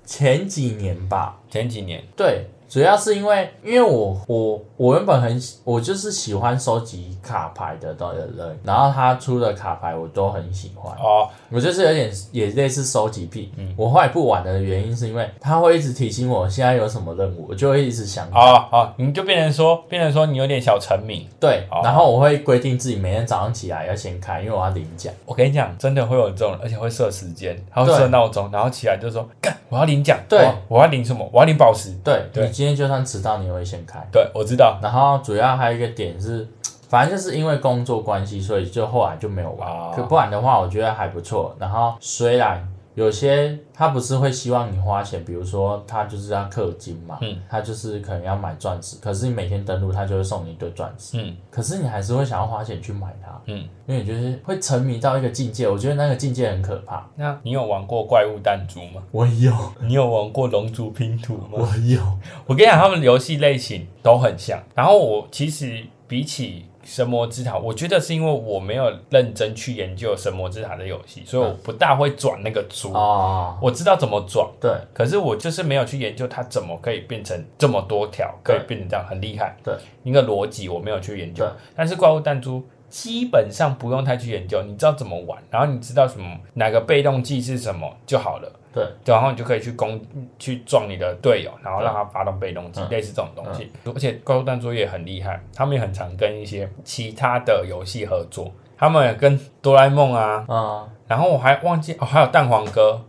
Speaker 2: 前几年吧。
Speaker 1: 前几年，
Speaker 2: 对，主要是因为因为我我我原本很喜我就是喜欢收集卡牌的的人，然后他出的卡牌我都很喜欢。
Speaker 1: 哦，
Speaker 2: 我就是有点也类似收集癖。
Speaker 1: 嗯
Speaker 2: 我后来不玩的原因是因为他会一直提醒我现在有什么任务，我就会一直想。
Speaker 1: 哦，哦，你就变成说，变成说你有点小沉迷。
Speaker 2: 对
Speaker 1: 哦，
Speaker 2: 然后我会规定自己每天早上起来要先开，因为我要领奖。
Speaker 1: 我跟你讲，真的会有这种人，而且会设时间，还会
Speaker 2: 对
Speaker 1: 设闹钟，然后起来就说，干，我要领奖，
Speaker 2: 对
Speaker 1: 我，我要领什么？我要领宝石。
Speaker 2: 对，
Speaker 1: 对
Speaker 2: 你今天就算迟到，你也会先开。
Speaker 1: 对，我知道。
Speaker 2: 然后主要还有一个点是，反正就是因为工作关系，所以就后来就没有玩。
Speaker 1: 哦
Speaker 2: 可不然的话，我觉得还不错。然后虽然有些他不是会希望你花钱，比如说他就是要氪金嘛，
Speaker 1: 嗯，
Speaker 2: 他就是可能要买钻石，可是你每天登录，他就会送你一堆钻石，
Speaker 1: 嗯
Speaker 2: 可是你还是会想要花钱去买它，
Speaker 1: 嗯，
Speaker 2: 因为你就是会沉迷到一个境界，我觉得那个境界很可怕。
Speaker 1: 那你有玩过怪物弹珠吗？
Speaker 2: 我有，
Speaker 1: 你有玩过龙族拼图吗？
Speaker 2: 我有，
Speaker 1: 我跟你讲，他们游戏类型都很像。然后我其实比起神魔之塔，我觉得是因为我没有认真去研究神魔之塔的游戏，所以我不大会转那个珠。
Speaker 2: 哦，
Speaker 1: 我知道怎么转，
Speaker 2: 对
Speaker 1: 可是我就是没有去研究它怎么可以变成这么多条，可
Speaker 2: 对
Speaker 1: 以变成这样，很厉害。
Speaker 2: 对，
Speaker 1: 一个逻辑我没有去研究
Speaker 2: 对，
Speaker 1: 但是怪物弹珠。基本上不用太去研究，你知道怎么玩，然后你知道什么哪个被动技是什么就好了。
Speaker 2: 对，
Speaker 1: 对然后你就可以去攻去撞你的队友，然后让他发动被动技，
Speaker 2: 嗯
Speaker 1: 类似这种东西。而且怪物弹珠也很厉害，他们也很常跟一些其他的游戏合作，他们也跟哆啦 A 梦啊，
Speaker 2: 嗯，
Speaker 1: 然后我还忘记哦，还有蛋黄哥，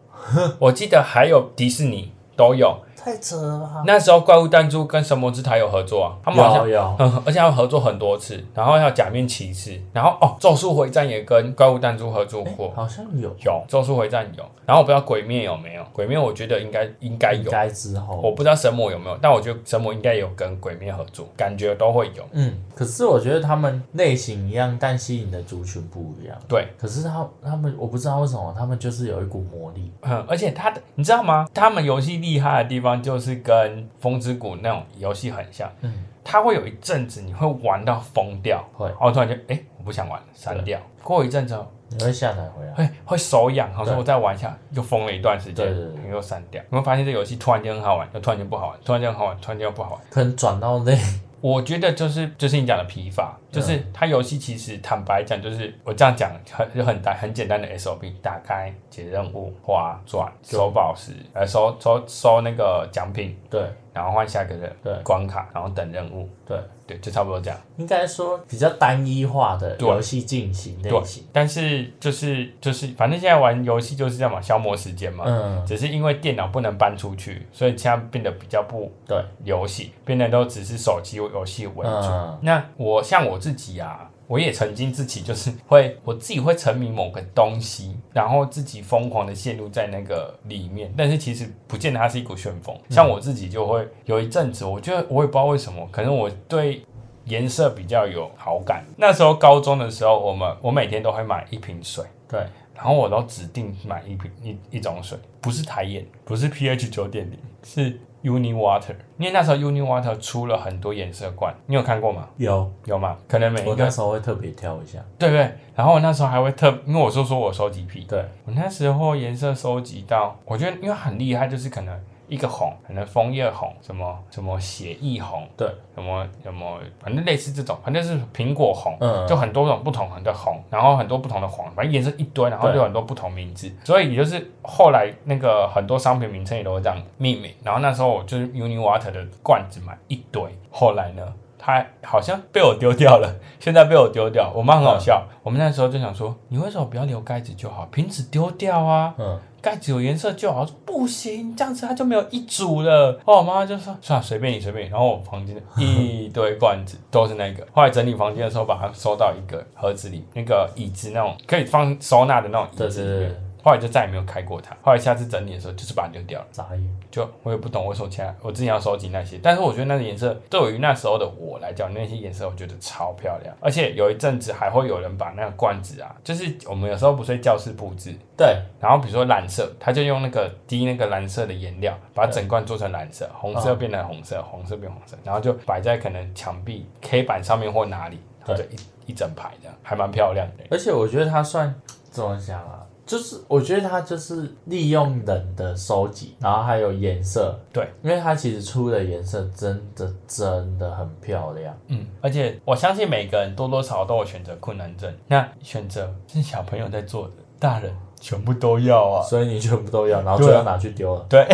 Speaker 1: 我记得还有迪士尼都有。
Speaker 2: 太扯了吧，
Speaker 1: 那时候怪物弹珠跟神魔之塔有合作啊，他们好像
Speaker 2: 有有，
Speaker 1: 嗯，而且他们合作很多次，然后还有假面骑士，然后哦，咒术回战也跟怪物弹珠合作过
Speaker 2: 诶。好像有，
Speaker 1: 有《咒术回战》有，然后我不知道《鬼灭》有没有，《鬼灭》我觉得应该应该
Speaker 2: 应
Speaker 1: 有，哦
Speaker 2: 该之后，
Speaker 1: 我不知道神魔有没有，但我觉得神魔应该有跟《鬼灭》合作，感觉都会有。
Speaker 2: 嗯，可是我觉得他们类型一样，但吸引的族群不一样。
Speaker 1: 对，
Speaker 2: 可是他他们，我不知道为什么他们就是有一股魔力。
Speaker 1: 嗯，而且他的你知道吗？他们游戏厉害的地方就是跟《风之谷》那种游戏很像，
Speaker 2: 嗯，
Speaker 1: 它会有一阵子你会玩到疯掉，
Speaker 2: 会
Speaker 1: 然后突然就哎、诶我不想玩了，删掉。过一阵子后
Speaker 2: 你会下载回来。
Speaker 1: 会会手痒，好像
Speaker 2: 对
Speaker 1: 我再玩一下，又疯了一段时间，
Speaker 2: 对对对
Speaker 1: 你又删掉。你会发现这游戏突然间很好玩，又突然间不好玩，突然间很好玩，突然间又不好玩。
Speaker 2: 可能转到那，
Speaker 1: 我觉得就是就是你讲的疲乏，就是
Speaker 2: 嗯
Speaker 1: 它游戏其实坦白讲，就是我这样讲很很单很简单的 SOP，打开解任务、花转收宝石，呃收收收那个奖品，
Speaker 2: 对
Speaker 1: 然后换下个人
Speaker 2: 对
Speaker 1: 关卡，然后等任务，
Speaker 2: 对，
Speaker 1: 对，就差不多这样。
Speaker 2: 应该说比较单一化的
Speaker 1: 对
Speaker 2: 游戏进行
Speaker 1: 对
Speaker 2: 类型。，
Speaker 1: 但是就是就是反正现在玩游戏就是这样嘛，消磨时间嘛。
Speaker 2: 嗯，
Speaker 1: 只是因为电脑不能搬出去，所以现在变得比较不
Speaker 2: 对，
Speaker 1: 游戏，变得都只是手机游戏为主。
Speaker 2: 嗯
Speaker 1: 那我像我自己啊，我也曾经自己就是会，我自己会沉迷某个东西，然后自己疯狂的陷入在那个里面，但是其实不见得它是一股旋风。像我自己就会有一阵子，我觉得我也不知道为什么，可能我对颜色比较有好感。那时候高中的时候，我们我每天都会买一瓶水。
Speaker 2: 对，
Speaker 1: 然后我都指定买一瓶一一种水，不是台盐，不是 pH 九点零，是 Uni Water。因为那时候 Uni Water 出了很多颜色罐，你有看过吗？
Speaker 2: 有，
Speaker 1: 有吗？可能每一
Speaker 2: 我
Speaker 1: 个
Speaker 2: 那时候会特别挑一下。
Speaker 1: 对对。然后我那时候还会特，因为我说说我收集癖，
Speaker 2: 对，
Speaker 1: 我那时候颜色收集到，我觉得因为很厉害，就是可能一个红，可能枫叶红，什么什么血意红，
Speaker 2: 对，
Speaker 1: 什么什么，反正类似这种，反正就是苹果红，
Speaker 2: 嗯
Speaker 1: 就很多种不同的红，然后很多不同的黄，反正颜色一堆，然后
Speaker 2: 对
Speaker 1: 就有很多不同名字，所以也就是后来那个很多商品名称也都会这样命名。然后那时候我就是 Uni Water 的罐子买一堆，后来呢，它好像被我丢掉了，现在被我丢掉。我妈很好笑，我们那时候就想说，你为什么不要留盖子就好，瓶子丢掉啊？
Speaker 2: 嗯，
Speaker 1: 盖子有颜色就好，我说不行，这样子它就没有一组了。哦后来我妈妈就说：“算了，随便你，随便你。”然后我房间一堆罐子都是那个。后来整理房间的时候，把它收到一个盒子里，那个椅子那种可以放收纳的那种椅
Speaker 2: 对
Speaker 1: 子
Speaker 2: 对
Speaker 1: 里面
Speaker 2: 对，
Speaker 1: 后来就再也没有开过它。后来下次整理的时候，就是把它丢掉了。
Speaker 2: 眨眼。
Speaker 1: 就我也不懂为什么现在我之前要收集那些，但是我觉得那个颜色对于那时候的我来讲，那些颜色我觉得超漂亮。而且有一阵子还会有人把那个罐子啊，就是我们有时候不是会教室布置，
Speaker 2: 对，
Speaker 1: 然后比如说蓝色，他就用那个滴那个蓝色的颜料，把整罐做成蓝色，红色变成红色，黄色变红色，然后就摆在可能墙壁 K 板上面或哪里，或
Speaker 2: 对
Speaker 1: 者一一整排这样，还蛮漂亮的。
Speaker 2: 而且我觉得他算怎么讲啊？就是我觉得他就是利用人的收集，然后还有颜色，
Speaker 1: 对，
Speaker 2: 因为他其实出的颜色真的真的很漂亮。
Speaker 1: 嗯，而且我相信每个人多多少少都有选择困难症，那选择是小朋友在做的，大人全部都要啊。
Speaker 2: 所以你全部都要，然后
Speaker 1: 对啊
Speaker 2: 最后拿去丢了。
Speaker 1: 对，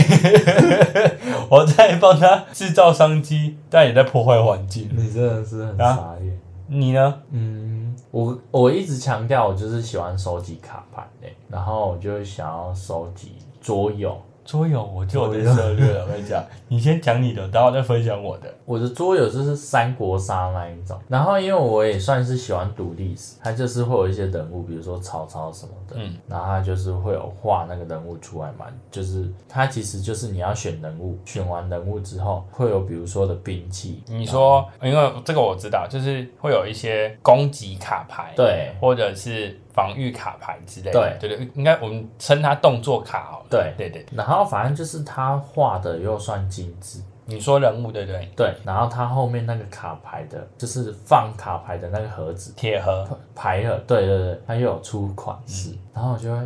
Speaker 1: 我在帮他制造商机，但也在破坏环境。
Speaker 2: 你真的是很
Speaker 1: 啊
Speaker 2: 傻眼。
Speaker 1: 你呢？
Speaker 2: 嗯，我我一直强调，我就是喜欢收集卡牌类，然后我就想要收集桌游。
Speaker 1: 桌游我就有
Speaker 2: 桌
Speaker 1: 点
Speaker 2: 游
Speaker 1: 策略了，我跟你讲，你先讲你的，然后再分享我的。
Speaker 2: 我的桌游就是三国杀那一种，然后因为我也算是喜欢读历史，它就是会有一些人物，比如说曹操什么的，
Speaker 1: 嗯，
Speaker 2: 然后它就是会有画那个人物出来嘛，就是它其实就是你要选人物，选完人物之后会有比如说的兵器，
Speaker 1: 你说，因为这个我知道，就是会有一些攻击卡牌，，
Speaker 2: 对
Speaker 1: 或者是防御卡牌之类的，
Speaker 2: 对
Speaker 1: 对对，应该我们称它动作卡好了。
Speaker 2: 对，
Speaker 1: 对对，
Speaker 2: 然后反正就是他画的又算精致，
Speaker 1: 你说人物对不对？
Speaker 2: 对，然后他后面那个卡牌的，就是放卡牌的那个盒子
Speaker 1: 铁盒，
Speaker 2: 牌盒，对对对，它又有出款式，然后我就会，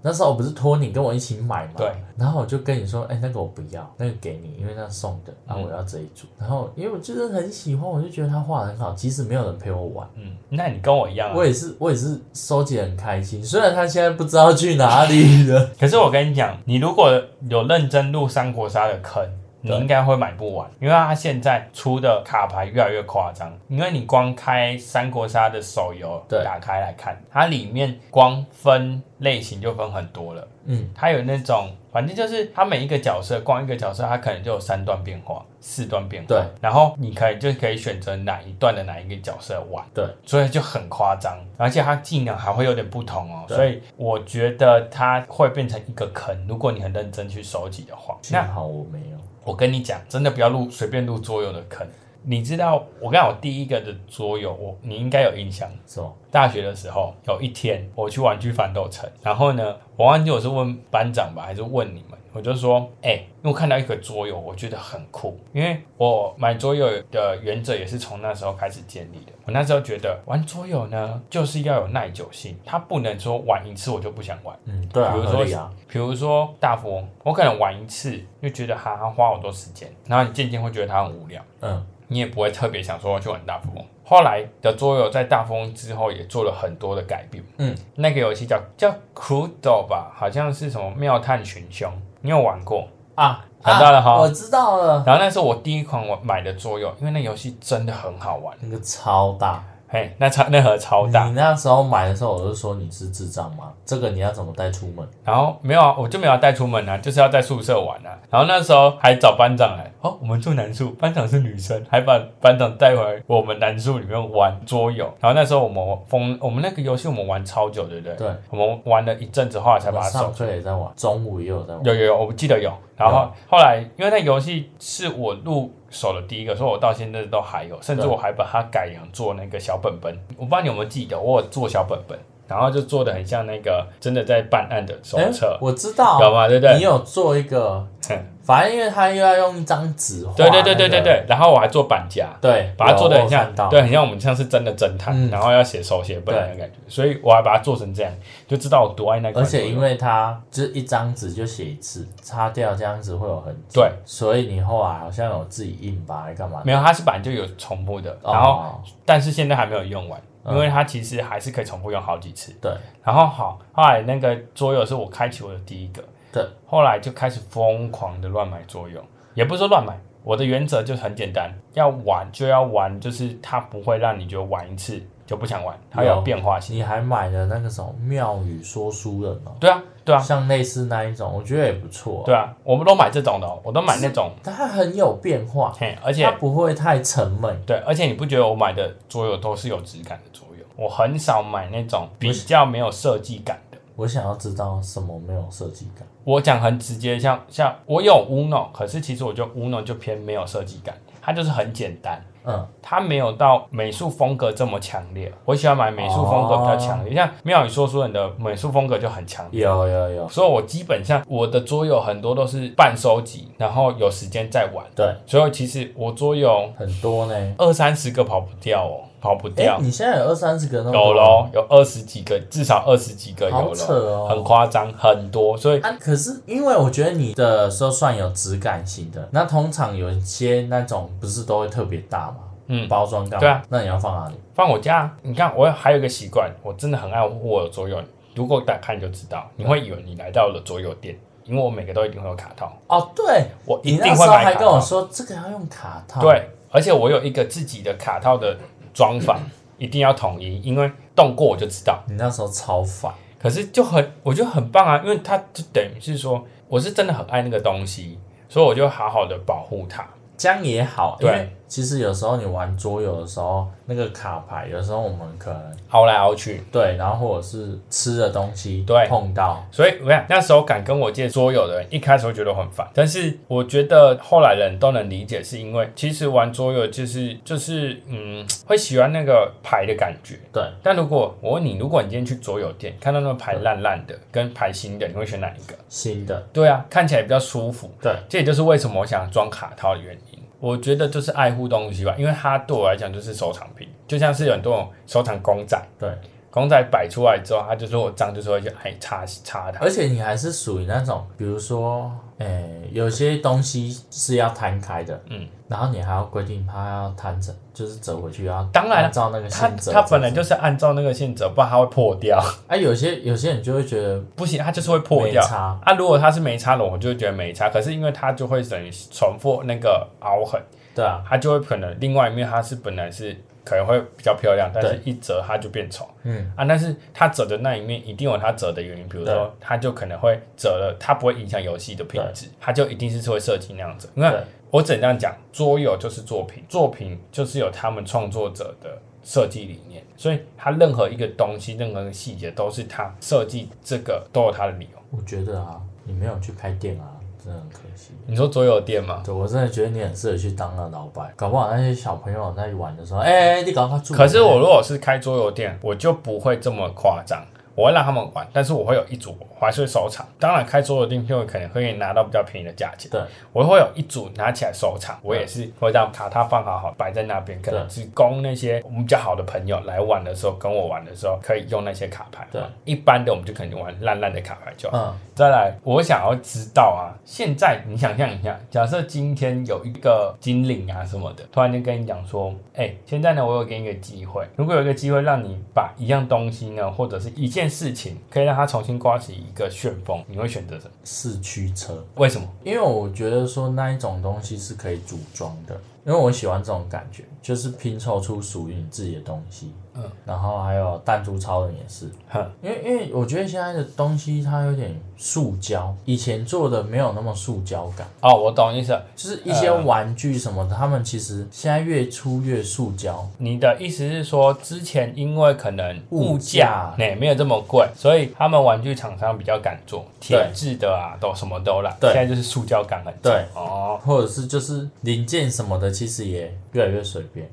Speaker 2: 那时候我不是托你跟我一起买嘛，
Speaker 1: 对，
Speaker 2: 然后我就跟你说，哎、那个我不要，那个给你，因为那送的，然后我要这一
Speaker 1: 嗯
Speaker 2: 组，然后因为我就是很喜欢，我就觉得他画的很好，即使没有人陪我玩。
Speaker 1: 嗯，那你跟我一样、啊
Speaker 2: 我。也是，我也是收集得很开心。虽然他现在不知道去哪里 了，
Speaker 1: 可是我跟你讲，你如果有认真入三国杀的坑，你
Speaker 2: 对
Speaker 1: 应该会买不完，因为它现在出的卡牌越来越夸张。因为你光开三国杀的手游
Speaker 2: 对
Speaker 1: 打开来看，它里面光分类型就分很多了。
Speaker 2: 嗯，
Speaker 1: 它有那种，反正就是它每一个角色，光一个角色，它可能就有三段变化、四段变化。
Speaker 2: 对，
Speaker 1: 然后你可以就可以选择哪一段的哪一个角色玩。
Speaker 2: 对，
Speaker 1: 所以就很夸张，而且它技能还会有点不同哦。
Speaker 2: 对
Speaker 1: 所以我觉得它会变成一个坑，如果你很认真去收集的话。
Speaker 2: 幸
Speaker 1: 那
Speaker 2: 好我没有。
Speaker 1: 我跟你讲，真的不要入随便入桌游的坑。你知道，我跟你讲我第一个的桌游，我你应该有印象。
Speaker 2: 是吗？
Speaker 1: 大学的时候，有一天我去玩具反斗城，然后呢，我忘记我是问班长吧，还是问你们，我就说，哎、因为我看到一个桌游，我觉得很酷，因为我买桌游的原则也是从那时候开始建立的。我那时候觉得玩桌游呢，就是要有耐久性，它不能说玩一次我就不想玩。
Speaker 2: 嗯，对啊，
Speaker 1: 比如
Speaker 2: 合理
Speaker 1: 说
Speaker 2: 啊，，
Speaker 1: 比如说大富翁，我可能玩一次就觉得哈哈花好多时间，然后你渐渐会觉得它很无聊。
Speaker 2: 嗯，
Speaker 1: 你也不会特别想说要去玩大富翁。后来的桌游在大富翁之后也做了很多的改变。
Speaker 2: 嗯，
Speaker 1: 那个游戏叫叫 Crudo 吧，好像是什么妙探寻凶，你有玩过？
Speaker 2: 啊，
Speaker 1: 想到了哈
Speaker 2: 啊我知道了，
Speaker 1: 然后那是我第一款我买的桌游，因为那游戏真的很好玩。
Speaker 2: 那个超大，
Speaker 1: 嘿，那超那盒超大，
Speaker 2: 你那时候买的时候，我就说你是智障吗？这个你要怎么带出门？
Speaker 1: 然后没有啊，我就没有带出门啊，就是要在宿舍玩啊。然后那时候还找班长来，哦，我们住男宿，班长是女生，还把班长带回来我们男宿里面玩桌游。然后那时候我们疯，我们那个游戏我们玩超久，对不对？
Speaker 2: 对，
Speaker 1: 我们玩了一阵子，后来才把
Speaker 2: 我
Speaker 1: 它收
Speaker 2: 上课也在玩，中午也有在玩。
Speaker 1: 有有有，我记得有。然后后来，因为那游戏是我入手的第一个，所以我到现在都还有，甚至
Speaker 2: 对
Speaker 1: 我还把它改良做那个小本本。我不知道你有没有记得，我有做小本本，然后就做的很像那个真的在办案的手
Speaker 2: 哎
Speaker 1: 册，
Speaker 2: 我知道，
Speaker 1: 有吗？对不对
Speaker 2: 你？有做一个，
Speaker 1: 哼
Speaker 2: 反正因为他又要用一张纸画、
Speaker 1: 对对对对对
Speaker 2: 对
Speaker 1: 对。然后我还做板夹，
Speaker 2: 对，
Speaker 1: 把它做的很
Speaker 2: 有我有
Speaker 1: 像
Speaker 2: 看到，
Speaker 1: 对，很像我们像是真的侦探，
Speaker 2: 嗯
Speaker 1: 然后要写手写本的感觉，所以我还把它做成这样，就知道我多爱那款
Speaker 2: 而
Speaker 1: 桌游。
Speaker 2: 且因为它就是一张纸就写一次，擦掉这样子会有痕迹。
Speaker 1: 对，
Speaker 2: 所以你后来好像有自己印吧，还干嘛？
Speaker 1: 没有，它是本来就有重复的，然后
Speaker 2: 哦、
Speaker 1: 但是现在还没有用完，因
Speaker 2: 嗯
Speaker 1: 为它其实还是可以重复用好几次。
Speaker 2: 对，
Speaker 1: 然后好，后来那个桌游是我开启我的第一个，
Speaker 2: 对，
Speaker 1: 后来就开始疯狂的乱买桌游，也不是说乱买，我的原则就是很简单，要玩就要玩，就是它不会让你觉得玩一次就不想玩，它
Speaker 2: 有
Speaker 1: 有变化性。
Speaker 2: 你还买了那个什么妙语说书人哦，
Speaker 1: 对啊，对啊，
Speaker 2: 像类似那一种，我觉得也不错。
Speaker 1: 对啊，我们都买这种的哦、我都买那种，
Speaker 2: 它很有变化，
Speaker 1: 嘿，而
Speaker 2: 它
Speaker 1: 且
Speaker 2: 不会太沉闷。
Speaker 1: 对，而且你不觉得我买的桌游都是有质感的桌游？我很少买那种比较没有设计感的。
Speaker 2: 我想要知道什么没有设计感。
Speaker 1: 我讲很直接，像像我有 Uno，可是其实我觉得 Uno 就偏没有设计感，它就是很简单，
Speaker 2: 嗯，
Speaker 1: 它没有到美术风格这么强烈。我喜欢买美术风格比较强烈，
Speaker 2: 哦
Speaker 1: 像妙语说书人的美术风格就很强烈，
Speaker 2: 有有有，
Speaker 1: 所以我基本上我的桌游很多都是半收集，然后有时间再玩，
Speaker 2: 对，
Speaker 1: 所以其实我桌游
Speaker 2: 很多呢。
Speaker 1: 二三十个跑不掉哦，跑不
Speaker 2: 哎、
Speaker 1: 掉。
Speaker 2: 你现在有二三十个那么
Speaker 1: 有
Speaker 2: 多
Speaker 1: 咯，有二十几个，至少二十几个有
Speaker 2: 好扯
Speaker 1: 咯，
Speaker 2: 哦，
Speaker 1: 很夸张，很多，所以
Speaker 2: 啊，可是因为我觉得你的时候算有质感型的，那通常有一些那种不是都会特别大嘛，
Speaker 1: 嗯
Speaker 2: 包装干嘛？
Speaker 1: 对啊，
Speaker 2: 那你要放哪里？
Speaker 1: 放我家啊。你看，我还有一个习惯，我真的很爱我的桌游。如果打开你就知道，你会以为你来到了桌游店，因为我每个都一定会有卡套，
Speaker 2: 哦，对，
Speaker 1: 我一
Speaker 2: 你
Speaker 1: 定
Speaker 2: 那时
Speaker 1: 会
Speaker 2: 候
Speaker 1: 买
Speaker 2: 还
Speaker 1: 卡
Speaker 2: 跟我
Speaker 1: 套。
Speaker 2: 说这个要用卡套，，
Speaker 1: 对，而且我有一个自己的卡套的装法，一定要统一，因为动过我就知道。
Speaker 2: 你那时候超烦，
Speaker 1: 可是就很，我觉得很棒啊，因为它就等于是说，我是真的很爱那个东西，所以我就好好的保护它。
Speaker 2: 这样也好，因
Speaker 1: 对
Speaker 2: 为其实有时候你玩桌游的时候，那个卡牌有时候我们可能
Speaker 1: 熬来熬去，
Speaker 2: 对，然后或者是吃的东西
Speaker 1: 对
Speaker 2: 碰到，
Speaker 1: 所以我想那时候敢跟我借桌游的人，一开始会觉得我很烦，但是我觉得后来人都能理解，是因为其实玩桌游就是就是嗯，会喜欢那个牌的感觉。
Speaker 2: 对，
Speaker 1: 但如果我问你，如果你今天去桌游店看到那个牌烂烂的跟牌新的，你会选哪一个？
Speaker 2: 新的，
Speaker 1: 对啊，看起来比较舒服。
Speaker 2: 对，
Speaker 1: 这也就是为什么我想装卡套的原因。我觉得就是爱护东西吧，因为它对我来讲就是收藏品，就像是有很多种收藏公仔，
Speaker 2: 对，
Speaker 1: 公仔摆出来之后，它就是我脏，就是会去哎爱擦擦它。
Speaker 2: 而且你还是属于那种，比如说，诶、有些东西是要摊开的，
Speaker 1: 嗯，
Speaker 2: 然后你还要规定它要摊折，就是折回去要，
Speaker 1: 当然了
Speaker 2: 按照那个
Speaker 1: 它
Speaker 2: 线折。
Speaker 1: 它本来就是按照那个线折，不然它会破掉。
Speaker 2: 哎、有些有些人就会觉得
Speaker 1: 不行，它就是会破掉
Speaker 2: 没。差，
Speaker 1: 啊，如果它是没擦的，我就会觉得没擦。可是因为它就会等于重复那个凹痕，
Speaker 2: 对啊，
Speaker 1: 它就会可能另外一面它是本来是可能会比较漂亮，但是一折它就变丑
Speaker 2: 嗯，
Speaker 1: 啊。但是它折的那一面一定有它折的原因，比如
Speaker 2: 对
Speaker 1: 说它就可能会折了，它不会影响游戏的品质，它就一定是会设计那样子。你看
Speaker 2: 对，
Speaker 1: 我怎样讲，桌游就是作品，作品就是有他们创作者的设计理念，所以它任何一个东西、任何一个细节都是他设计这个都有他的理由。
Speaker 2: 我觉得啊，你没有去开店啊，真的很可惜。
Speaker 1: 你说桌游店吗？
Speaker 2: 对，我真的觉得你很适合去当那老板，搞不好那些小朋友在玩的时候，哎、哎你搞他住。
Speaker 1: 可是我如果是开桌游店，我就不会这么夸张，我会让他们玩，但是我会有一组，我还是会收藏。当然，开桌游店就可能会拿到比较便宜的价钱，
Speaker 2: 对，
Speaker 1: 我会有一组拿起来收藏。我也是会让卡它放好好摆在那边，可能
Speaker 2: 对
Speaker 1: 只供那些我们比较好的朋友来玩的时候，跟我玩的时候可以用那些卡牌。
Speaker 2: 对，
Speaker 1: 一般的我们就可能玩烂烂的卡牌就好。
Speaker 2: 嗯，
Speaker 1: 再来，我想要知道啊，现在你想象一下，假设今天有一个精灵啊什么的，突然间跟你讲说，哎、现在呢，我有给你一个机会，如果有一个机会让你把一样东西呢，或者是一件事情，可以让它重新刮起一个旋风，你会选择什么？
Speaker 2: 四驱车，
Speaker 1: 为什么？
Speaker 2: 因为我觉得说那一种东西是可以组装的，因为我喜欢这种感觉，就是拼凑出属于你自己的东西。
Speaker 1: 嗯，
Speaker 2: 然后还有弹珠超人也是，
Speaker 1: 哼，
Speaker 2: 因为因为我觉得现在的东西它有点塑胶，以前做的没有那么塑胶感，
Speaker 1: 哦，我懂意思了。
Speaker 2: 就是一
Speaker 1: 呃
Speaker 2: 些玩具什么的，他们其实现在越出越塑胶。
Speaker 1: 你的意思是说，之前因为可能物价
Speaker 2: 物价
Speaker 1: 呢、没有这么贵，所以他们玩具厂商比较敢做铁
Speaker 2: 对
Speaker 1: 质的啊，都什么都啦。
Speaker 2: 对
Speaker 1: 现在就是塑胶感很重。
Speaker 2: 对，
Speaker 1: 哦，
Speaker 2: 或者是就是零件什么的，其实也越来越随便。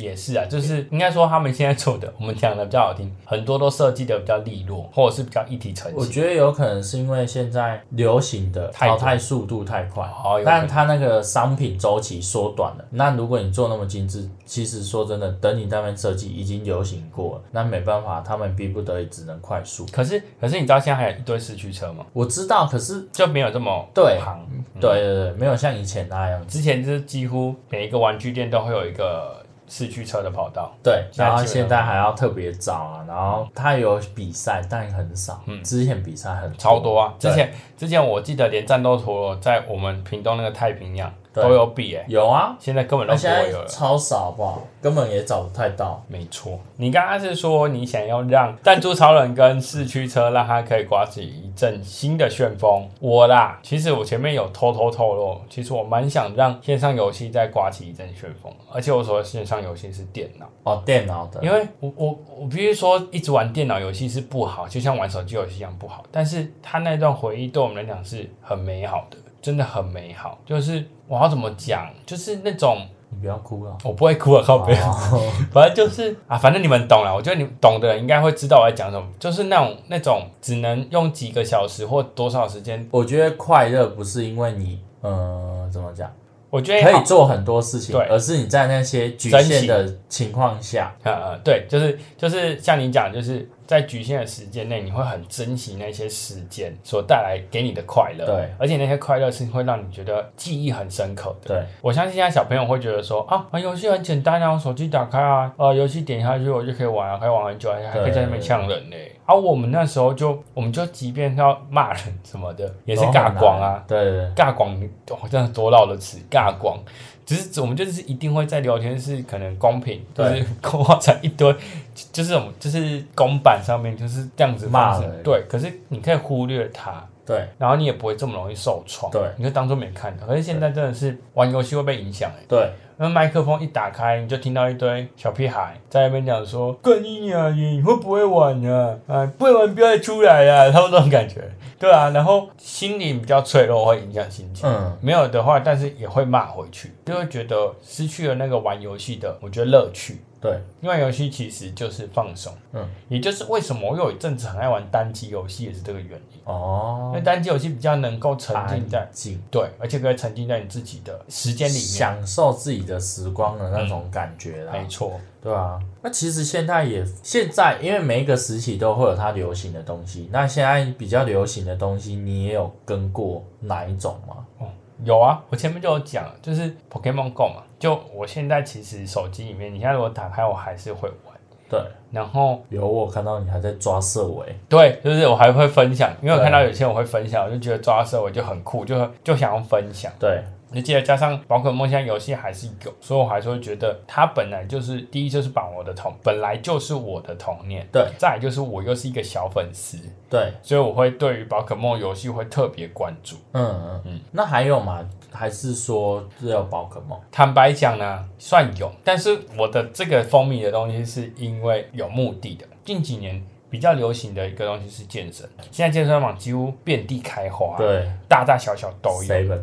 Speaker 1: 也是啊，就是应该说他们现在做的，我们讲的比较好听，很多都设计的比较利落，或者是比较一体成
Speaker 2: 我
Speaker 1: 型。
Speaker 2: 觉得有可能是因为现在流行的
Speaker 1: 太多
Speaker 2: 淘汰速度太快
Speaker 1: 哦有可能，
Speaker 2: 但它那个商品周期缩短了。那如果你做那么精致，其实说真的，等你那边设计已经流行过了，那没办法，他们逼不得已只能快速。
Speaker 1: 可是，可是你知道现在还有一堆四驱车吗？
Speaker 2: 我知道，可是
Speaker 1: 就没有这么
Speaker 2: 对
Speaker 1: 庞。
Speaker 2: 对对对，没有像以前那样子。
Speaker 1: 之前就是几乎每一个玩具店都会有一个四驱车的跑道。
Speaker 2: 对，
Speaker 1: 现在
Speaker 2: 然后
Speaker 1: 基本上
Speaker 2: 现在还要特别找啊，然后它有比赛，但很少。之前比赛很
Speaker 1: 嗯超多啊！之
Speaker 2: 嗯对
Speaker 1: 前之前我记得连战斗陀螺在我们屏东那个太平洋
Speaker 2: 对
Speaker 1: 都有比诶、
Speaker 2: 有啊，
Speaker 1: 现在根本都
Speaker 2: 那
Speaker 1: 不
Speaker 2: 现
Speaker 1: 会
Speaker 2: 在
Speaker 1: 有了。
Speaker 2: 超少，好不好？根本也找不太到。
Speaker 1: 没错，你刚刚是说你想要让弹珠超人跟四驱车让它可以刮起一阵新的旋风。我啦，其实我前面有偷偷透露，其实我蛮想让线上游戏再刮起一阵旋风，而且我所谓线上游戏是电脑，
Speaker 2: 哦，电脑的，
Speaker 1: 因为我我我必须说，一直玩电脑游戏是不好，就像玩手机游戏一样不好。但是他那段回忆对我们来讲是很美好的，真的很美好。就是我要怎么讲，就是那种
Speaker 2: 你不要哭 了。
Speaker 1: 我不会哭啊，靠背，
Speaker 2: 哦
Speaker 1: 反正就是啊，反正你们懂了。我觉得你们懂的人应该会知道我在讲什么，就是那种那种只能用几个小时或多少时间，
Speaker 2: 我觉得快乐不是因为你，呃，怎么讲，
Speaker 1: 我觉得
Speaker 2: 可
Speaker 1: 好
Speaker 2: 以做很多事情，
Speaker 1: 对
Speaker 2: 而是你在那些局限的情况下，
Speaker 1: 呃，对，就是就是像你讲，就是在局限的时间内，你会很珍惜那些时间所带来给你的快乐。
Speaker 2: 对，
Speaker 1: 而且那些快乐是会让你觉得记忆很深刻的。
Speaker 2: 对，
Speaker 1: 我相信现在小朋友会觉得说啊，啊游戏很简单啊，我手机打开啊，呃，游戏点下去我就可以玩啊，可以玩很久，还还可以在那边呛人呢、啊，我们那时候就，我们就即便要骂人什么的，也是尬光啊，
Speaker 2: 对对对，
Speaker 1: 尬广，哦，这样多绕的词，尬广，只是我们就是一定会在聊天室，可能公屏就是
Speaker 2: 对
Speaker 1: 挂在一堆，就就是我们就是公版上面就是这样子
Speaker 2: 骂
Speaker 1: 方式
Speaker 2: 人
Speaker 1: 对，可是你可以忽略它，
Speaker 2: 对
Speaker 1: 然后你也不会这么容易受创，
Speaker 2: 对
Speaker 1: 你就当做没看到。可是现在真的是玩游戏会被影响欸
Speaker 2: 对，
Speaker 1: 那麦克风一打开，你就听到一堆小屁孩在那边讲说：“干你啊，你会不会玩啊？哎，不会玩不要再出来啊！”他们那种感觉，对啊。然后心灵比较脆弱，会影响心情。
Speaker 2: 嗯，
Speaker 1: 没有的话，但是也会骂回去，就会觉得失去了那个玩游戏的，我觉得乐趣。
Speaker 2: 对，
Speaker 1: 因为游戏其实就是放松，
Speaker 2: 嗯，
Speaker 1: 也就是为什么我有一阵子很爱玩单机游戏，也是这个原因。因为
Speaker 2: 哦，哎
Speaker 1: 单机游戏比较能够沉浸在
Speaker 2: 安静
Speaker 1: 对，而且可以沉浸在你自己的时间里面。嗯
Speaker 2: 享受自己的时光的那种感觉啦，
Speaker 1: 没错，
Speaker 2: 对啊，那其实现在也现在，因为每一个时期都会有它流行的东西，那现在比较流行的东西，你也有跟过哪一种吗？
Speaker 1: 哦，有啊，我前面就有讲了，就是 Pokemon Go 嘛，就我现在其实手机里面，你现在如果打开，我还是会玩。
Speaker 2: 对，
Speaker 1: 然后
Speaker 2: 有我看到你还在抓色尾，
Speaker 1: 对，就是我还会分享，因为我
Speaker 2: 对
Speaker 1: 看到有些人会分享，我就觉得抓色我就很酷，就就想要分享。
Speaker 2: 对，
Speaker 1: 而且加上宝可梦现在游戏还是有，所以我还是会觉得它本来就是第一就是把我的童，本来就是我的童年，
Speaker 2: 对，
Speaker 1: 再来就是我又是一个小粉丝，
Speaker 2: 对，
Speaker 1: 所以我会对于宝可梦游戏会特别关注。
Speaker 2: 嗯嗯嗯。那还有吗？还是说只有宝可梦？
Speaker 1: 坦白讲呢，算有，但是我的这个风靡的东西是因为有目的的。近几年比较流行的一个东西是健身，现在健身房几乎遍地开花，
Speaker 2: 对
Speaker 1: 大大小小都有。
Speaker 2: ，seven，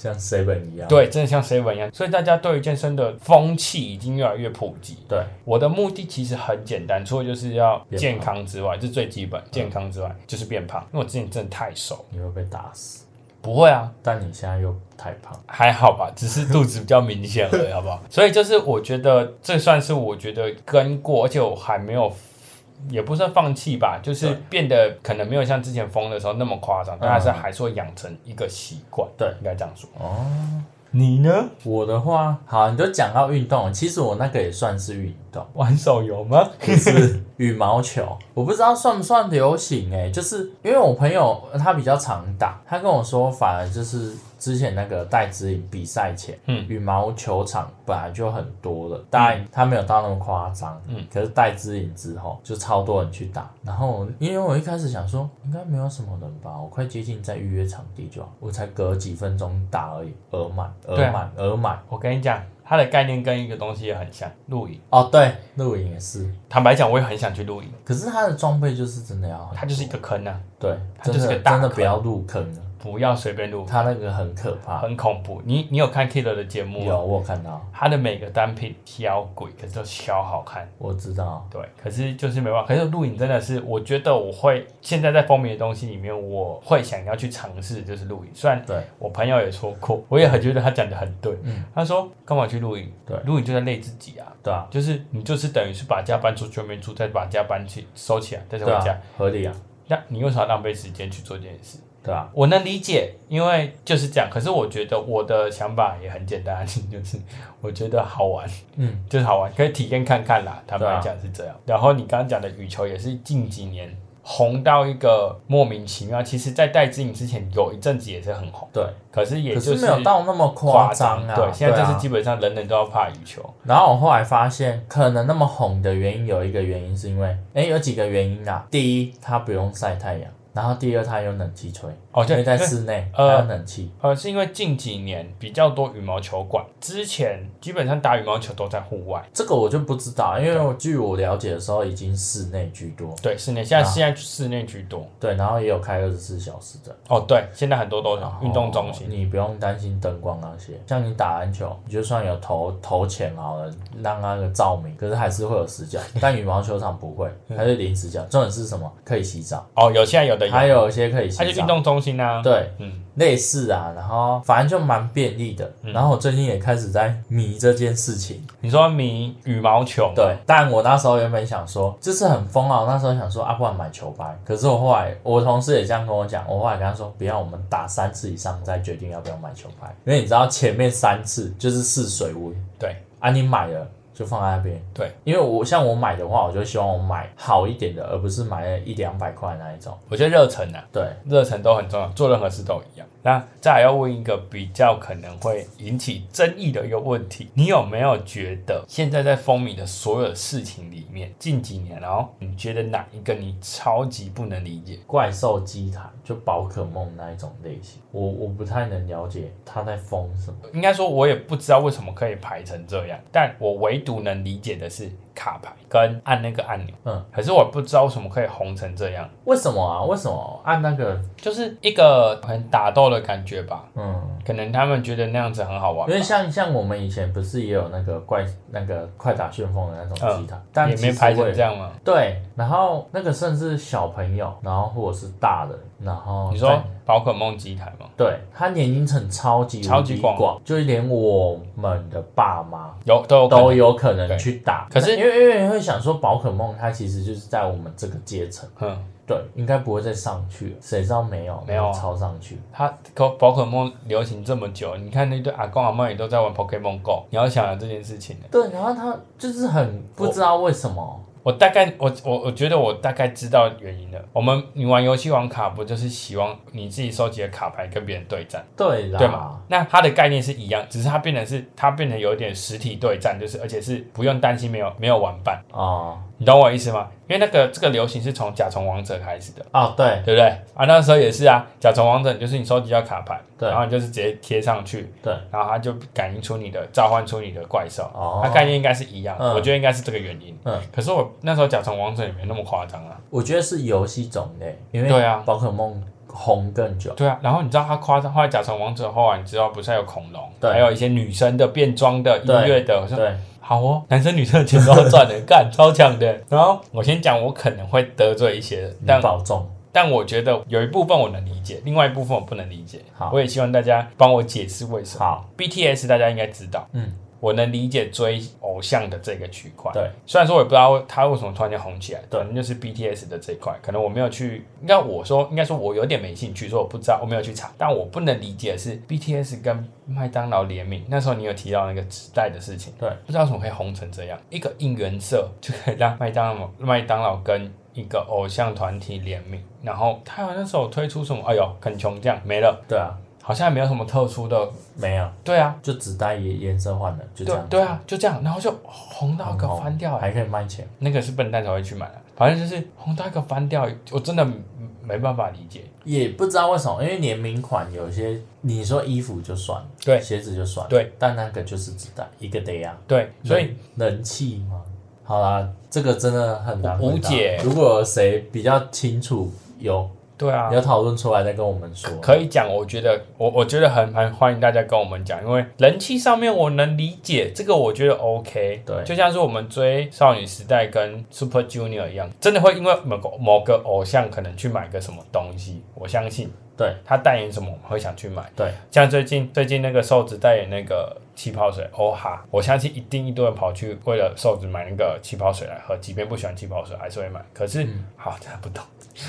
Speaker 2: 像 seven 一样。
Speaker 1: 对，真的像 seven 一样，所以大家对于健身的风气已经越来越普及。
Speaker 2: 对
Speaker 1: 我的目的其实很简单，除了就是要
Speaker 2: 变胖嗯
Speaker 1: 健康之外，这是最基本。健康之外就是变胖，因为我之前真的太瘦。
Speaker 2: 你会被打死。
Speaker 1: 不会啊，
Speaker 2: 但你现在又太胖，
Speaker 1: 还好吧，只是肚子比较明显 而已，好不好？所以就是我觉得这算是我觉得跟过，而且我还没有，也不算放弃吧，就是
Speaker 2: 对
Speaker 1: 变得可能没有像之前疯的时候那么夸张，但还是
Speaker 2: 嗯
Speaker 1: 还是会养成一个习惯，
Speaker 2: 对
Speaker 1: 应该这样说。
Speaker 2: 哦。
Speaker 1: 你呢？
Speaker 2: 我的话，好，你都讲到运动了，其实我那个也算是运动，
Speaker 1: 玩手游吗？
Speaker 2: 就是羽毛球， 我不知道算不算流行哎、就是因为我朋友他比较常打，他跟我说，反而就是之前那个戴资颖比赛前，
Speaker 1: 嗯
Speaker 2: 羽毛球场本来就很多了，当然他没有到那么夸张，
Speaker 1: 嗯，
Speaker 2: 可是戴资颖之后就超多人去打，然后我因为我一开始想说应该没有什么人吧，我快接近再预约场地就好，我才隔几分钟打而已，额满额
Speaker 1: 对啊
Speaker 2: 满额满，
Speaker 1: 我跟你讲，它的概念跟一个东西也很像，露营。
Speaker 2: 哦对，露营也是。
Speaker 1: 坦白讲，我也很想去露营，
Speaker 2: 可是它的装备就是真的要很，
Speaker 1: 它就是一个坑啊，
Speaker 2: 对，
Speaker 1: 它
Speaker 2: 真
Speaker 1: 就是
Speaker 2: 的
Speaker 1: 个大
Speaker 2: 真的
Speaker 1: 坑
Speaker 2: 不要入坑了，
Speaker 1: 不要随便露，
Speaker 2: 它那个很可怕。
Speaker 1: 很恐怖。你你有看 Killer 的节目吗？
Speaker 2: 有我有看到，
Speaker 1: 它的每个单品挑鬼，可是都超好看。
Speaker 2: 我知道，
Speaker 1: 对，可是就是没办法。可是露营真的是，我觉得我会现在在风靡的东西里面，我会想要去尝试就是露营。虽然
Speaker 2: 对
Speaker 1: 我朋友也说过，我也很觉得他讲的很对。
Speaker 2: 嗯
Speaker 1: 他说干嘛去露营？
Speaker 2: 对
Speaker 1: 露营就在累自己啊。
Speaker 2: 对啊，
Speaker 1: 就是你就是等于是把家搬出去外面住，再把家搬去收起来，再回
Speaker 2: 对
Speaker 1: 家。
Speaker 2: 啊，合理啊，
Speaker 1: 那你为啥要浪费时间去做这件事？
Speaker 2: 对啊，
Speaker 1: 我能理解，因为就是这样。可是我觉得我的想法也很简单， 就是我觉得好玩，
Speaker 2: 嗯，
Speaker 1: 就是好玩，可以体验看看啦。坦
Speaker 2: 对
Speaker 1: 白
Speaker 2: 啊
Speaker 1: 讲是这样。然后你刚刚讲的羽球也是近几年红到一个莫名其妙。其实，在戴资颖之前有一阵子也是很红，
Speaker 2: 对，
Speaker 1: 可是也
Speaker 2: 可
Speaker 1: 就是
Speaker 2: 没有到那么
Speaker 1: 夸
Speaker 2: 张啊。
Speaker 1: 对，现在就
Speaker 2: 啊
Speaker 1: 是基本上人人都要怕羽球。
Speaker 2: 然后我后来发现，可能那么红的原因有一个原因是因为，哎，有几个原因啊。第一，它不用晒太阳，然后第二，它有冷气吹，
Speaker 1: 哦，
Speaker 2: 因为
Speaker 1: 对，
Speaker 2: 在
Speaker 1: 因为
Speaker 2: 室内还
Speaker 1: 呃
Speaker 2: 有冷气，
Speaker 1: 呃，是因为近几年比较多羽毛球馆，之前基本上打羽毛球都在户外。
Speaker 2: 这个我就不知道，因为我据我了解的时候，已经室内居多，
Speaker 1: 对，室内现在
Speaker 2: 啊
Speaker 1: 现在室内居多。
Speaker 2: 对，然后也有开二十四小时的。
Speaker 1: 哦，对，现在很多都是
Speaker 2: 然后
Speaker 1: 运动中心。
Speaker 2: 你不用担心灯光那些。像你打篮球，你就算有投投钱好了，让那个照明，可是还是会有死角。但羽毛球场 不会，它是零死角。重点是什么？可以洗澡，
Speaker 1: 哦，有现在嗯有的
Speaker 2: 还
Speaker 1: 有，
Speaker 2: 有一些可以
Speaker 1: 它就
Speaker 2: 洗
Speaker 1: 运
Speaker 2: 澡。
Speaker 1: 动中心啊。
Speaker 2: 对，
Speaker 1: 嗯，
Speaker 2: 类似啊，然后反正就蛮便利的。然后我最近也开始在迷这件事情。
Speaker 1: 你说迷羽毛球，，
Speaker 2: 对，但我那时候原本想说，就是很疯啊。我那时候想说啊，不然买球拍。可是我后来，我同事也这样跟我讲，我后来跟他说，不要，我们打三次以上再决定要不要买球拍，因为你知道前面三次就是试水温
Speaker 1: 对
Speaker 2: 啊，你买了就放在那边。
Speaker 1: 对，
Speaker 2: 因为我像我买的话，我就希望我买好一点的，而不是买一两百块那一种。
Speaker 1: 我觉得热忱啊，
Speaker 2: 对，
Speaker 1: 热忱都很重要，做任何事都一样。那再来要问一个比较可能会引起争议的一个问题，你有没有觉得现在在风靡的所有事情里面，近几年哦，你觉得哪一个你超级不能理解？
Speaker 2: 怪兽机台就宝可梦那一种类型，我我不太能了解他在疯什么。
Speaker 1: 应该说，我也不知道为什么可以排成这样，但我唯独能理解的是卡牌跟按那个按钮，
Speaker 2: 嗯，
Speaker 1: 可是我不知道为什么可以红成这样，
Speaker 2: 为什么啊？为什么按那个？
Speaker 1: 就是一个很打斗的感觉吧，
Speaker 2: 嗯。
Speaker 1: 可能他们觉得那样子很好玩吧，
Speaker 2: 因为像像我们以前不是也有那个怪那个快打旋风的那种机台，但
Speaker 1: 嗯也
Speaker 2: 其
Speaker 1: 没
Speaker 2: 实
Speaker 1: 排
Speaker 2: 我
Speaker 1: 成
Speaker 2: 也
Speaker 1: 这样嘛。
Speaker 2: 对，然后那个甚至小朋友，然后或者是大人，然后
Speaker 1: 你说
Speaker 2: 但
Speaker 1: 宝可梦机台吗？
Speaker 2: 对，他年龄层超级
Speaker 1: 超级
Speaker 2: 无敌
Speaker 1: 广
Speaker 2: 广，就是连我们的爸妈
Speaker 1: 有都有可能
Speaker 2: 都有可
Speaker 1: 对
Speaker 2: 能去打。
Speaker 1: 可是
Speaker 2: 因为因为会想说宝可梦它其实就是在我们这个阶层，
Speaker 1: 嗯，
Speaker 2: 对，应该不会再上去了，谁知道没有
Speaker 1: 没有啊
Speaker 2: 超上去，
Speaker 1: 它宝宝可梦流行这么久，你看那对阿公阿嬷也都在玩 Pokemon Go，你要想想这件事情呢。
Speaker 2: 对，然后他就是很不知道为什么。
Speaker 1: 我大概我我我觉得我大概知道原因了。我们你玩游戏玩卡，不就是希望你自己收集的卡牌跟别人对战，
Speaker 2: 对啦，
Speaker 1: 对吗？那它的概念是一样，只是它变成是它变成有点实体对战，就是而且是不用担心没有没有玩伴，
Speaker 2: 哦
Speaker 1: 你懂我意思吗？因为那个这个流行是从甲虫王者开始的。
Speaker 2: 哦，对，
Speaker 1: 对不对？啊，那时候也是啊，甲虫王者你就是你收集到卡牌，
Speaker 2: 对
Speaker 1: 然后你就是直接贴上去，
Speaker 2: 对，
Speaker 1: 然后它就感应出你的，召唤出你的怪兽，
Speaker 2: 哦
Speaker 1: 它概念应该是一样，
Speaker 2: 嗯
Speaker 1: 我觉得应该是这个原因。
Speaker 2: 嗯，
Speaker 1: 可是我那时候甲虫王者也没那么夸张啊，
Speaker 2: 我觉得是游戏种类，因为
Speaker 1: 对啊
Speaker 2: 宝可梦红更久，
Speaker 1: 对啊，然后你知道它夸张，后来甲虫王者后来你知道不是还有恐龙，
Speaker 2: 对
Speaker 1: 还有一些女生的变装的音乐的，我说
Speaker 2: 对，
Speaker 1: 好哦，男生女生的钱都要赚的，干超强的。然后我先讲，我可能会得罪一些人，
Speaker 2: 你
Speaker 1: 但
Speaker 2: 保重，
Speaker 1: 但我觉得有一部分我能理解，另外一部分我不能理解。
Speaker 2: 好
Speaker 1: 我也希望大家帮我解释为什么。
Speaker 2: 好，
Speaker 1: BTS 大家应该知道，
Speaker 2: 嗯，
Speaker 1: 我能理解追偶像的这个区块。
Speaker 2: 对，
Speaker 1: 虽然说我也不知道他为什么突然间红起来，
Speaker 2: 对
Speaker 1: 可能就是 BTS 的这一块，可能我没有去，应该我说，应该说我有点没兴趣，所以我不知道，我没有去查。但我不能理解的是 BTS 跟麦当劳联名，那时候你有提到那个纸袋的事情，
Speaker 2: 对，
Speaker 1: 不知道为什么可以红成这样，一个应援色就可以让麦当劳麦当劳跟一个偶像团体联名，然后台湾那时候推出什么，哎呦，肯琼酱没了，
Speaker 2: 对啊，
Speaker 1: 好像也没有什么特殊的，
Speaker 2: 没有，
Speaker 1: 对啊，
Speaker 2: 就纸袋颜颜色换了，就这
Speaker 1: 对
Speaker 2: 样。
Speaker 1: 对，啊，就这样，然后就红到一个翻掉、欸，
Speaker 2: 还可以卖钱。
Speaker 1: 那个是笨蛋才会去买的，啊反正就是红到一个翻掉，我真的没办法理解。
Speaker 2: 也不知道为什么，因为联名款有些，你说衣服就算了，
Speaker 1: 对
Speaker 2: 鞋子就算了，
Speaker 1: 对，
Speaker 2: 但那个就是纸袋一个 day 啊，
Speaker 1: 对，所以
Speaker 2: 人气嘛，好啦，这个真的很难
Speaker 1: 无
Speaker 2: 回答
Speaker 1: 解
Speaker 2: 如果谁比较清楚，有
Speaker 1: 对啊，
Speaker 2: 有讨论出来再跟我们说。
Speaker 1: 可以讲，我觉得我我觉得很很欢迎大家跟我们讲，因为人气上面我能理解，这个我觉得 OK。
Speaker 2: 对
Speaker 1: 就像是我们追少女时代跟 Super Junior 一样，真的会因为某个某个偶像可能去买个什么东西，我相信
Speaker 2: 对
Speaker 1: 他代言什么，我们会想去买。
Speaker 2: 对，
Speaker 1: 像最近最近那个瘦子代言那个气泡水欧哈，我相信一定一堆人跑去为了瘦子买那个气泡水来喝，即便不喜欢气泡水还是会买。可是，
Speaker 2: 嗯
Speaker 1: 好，真的不懂，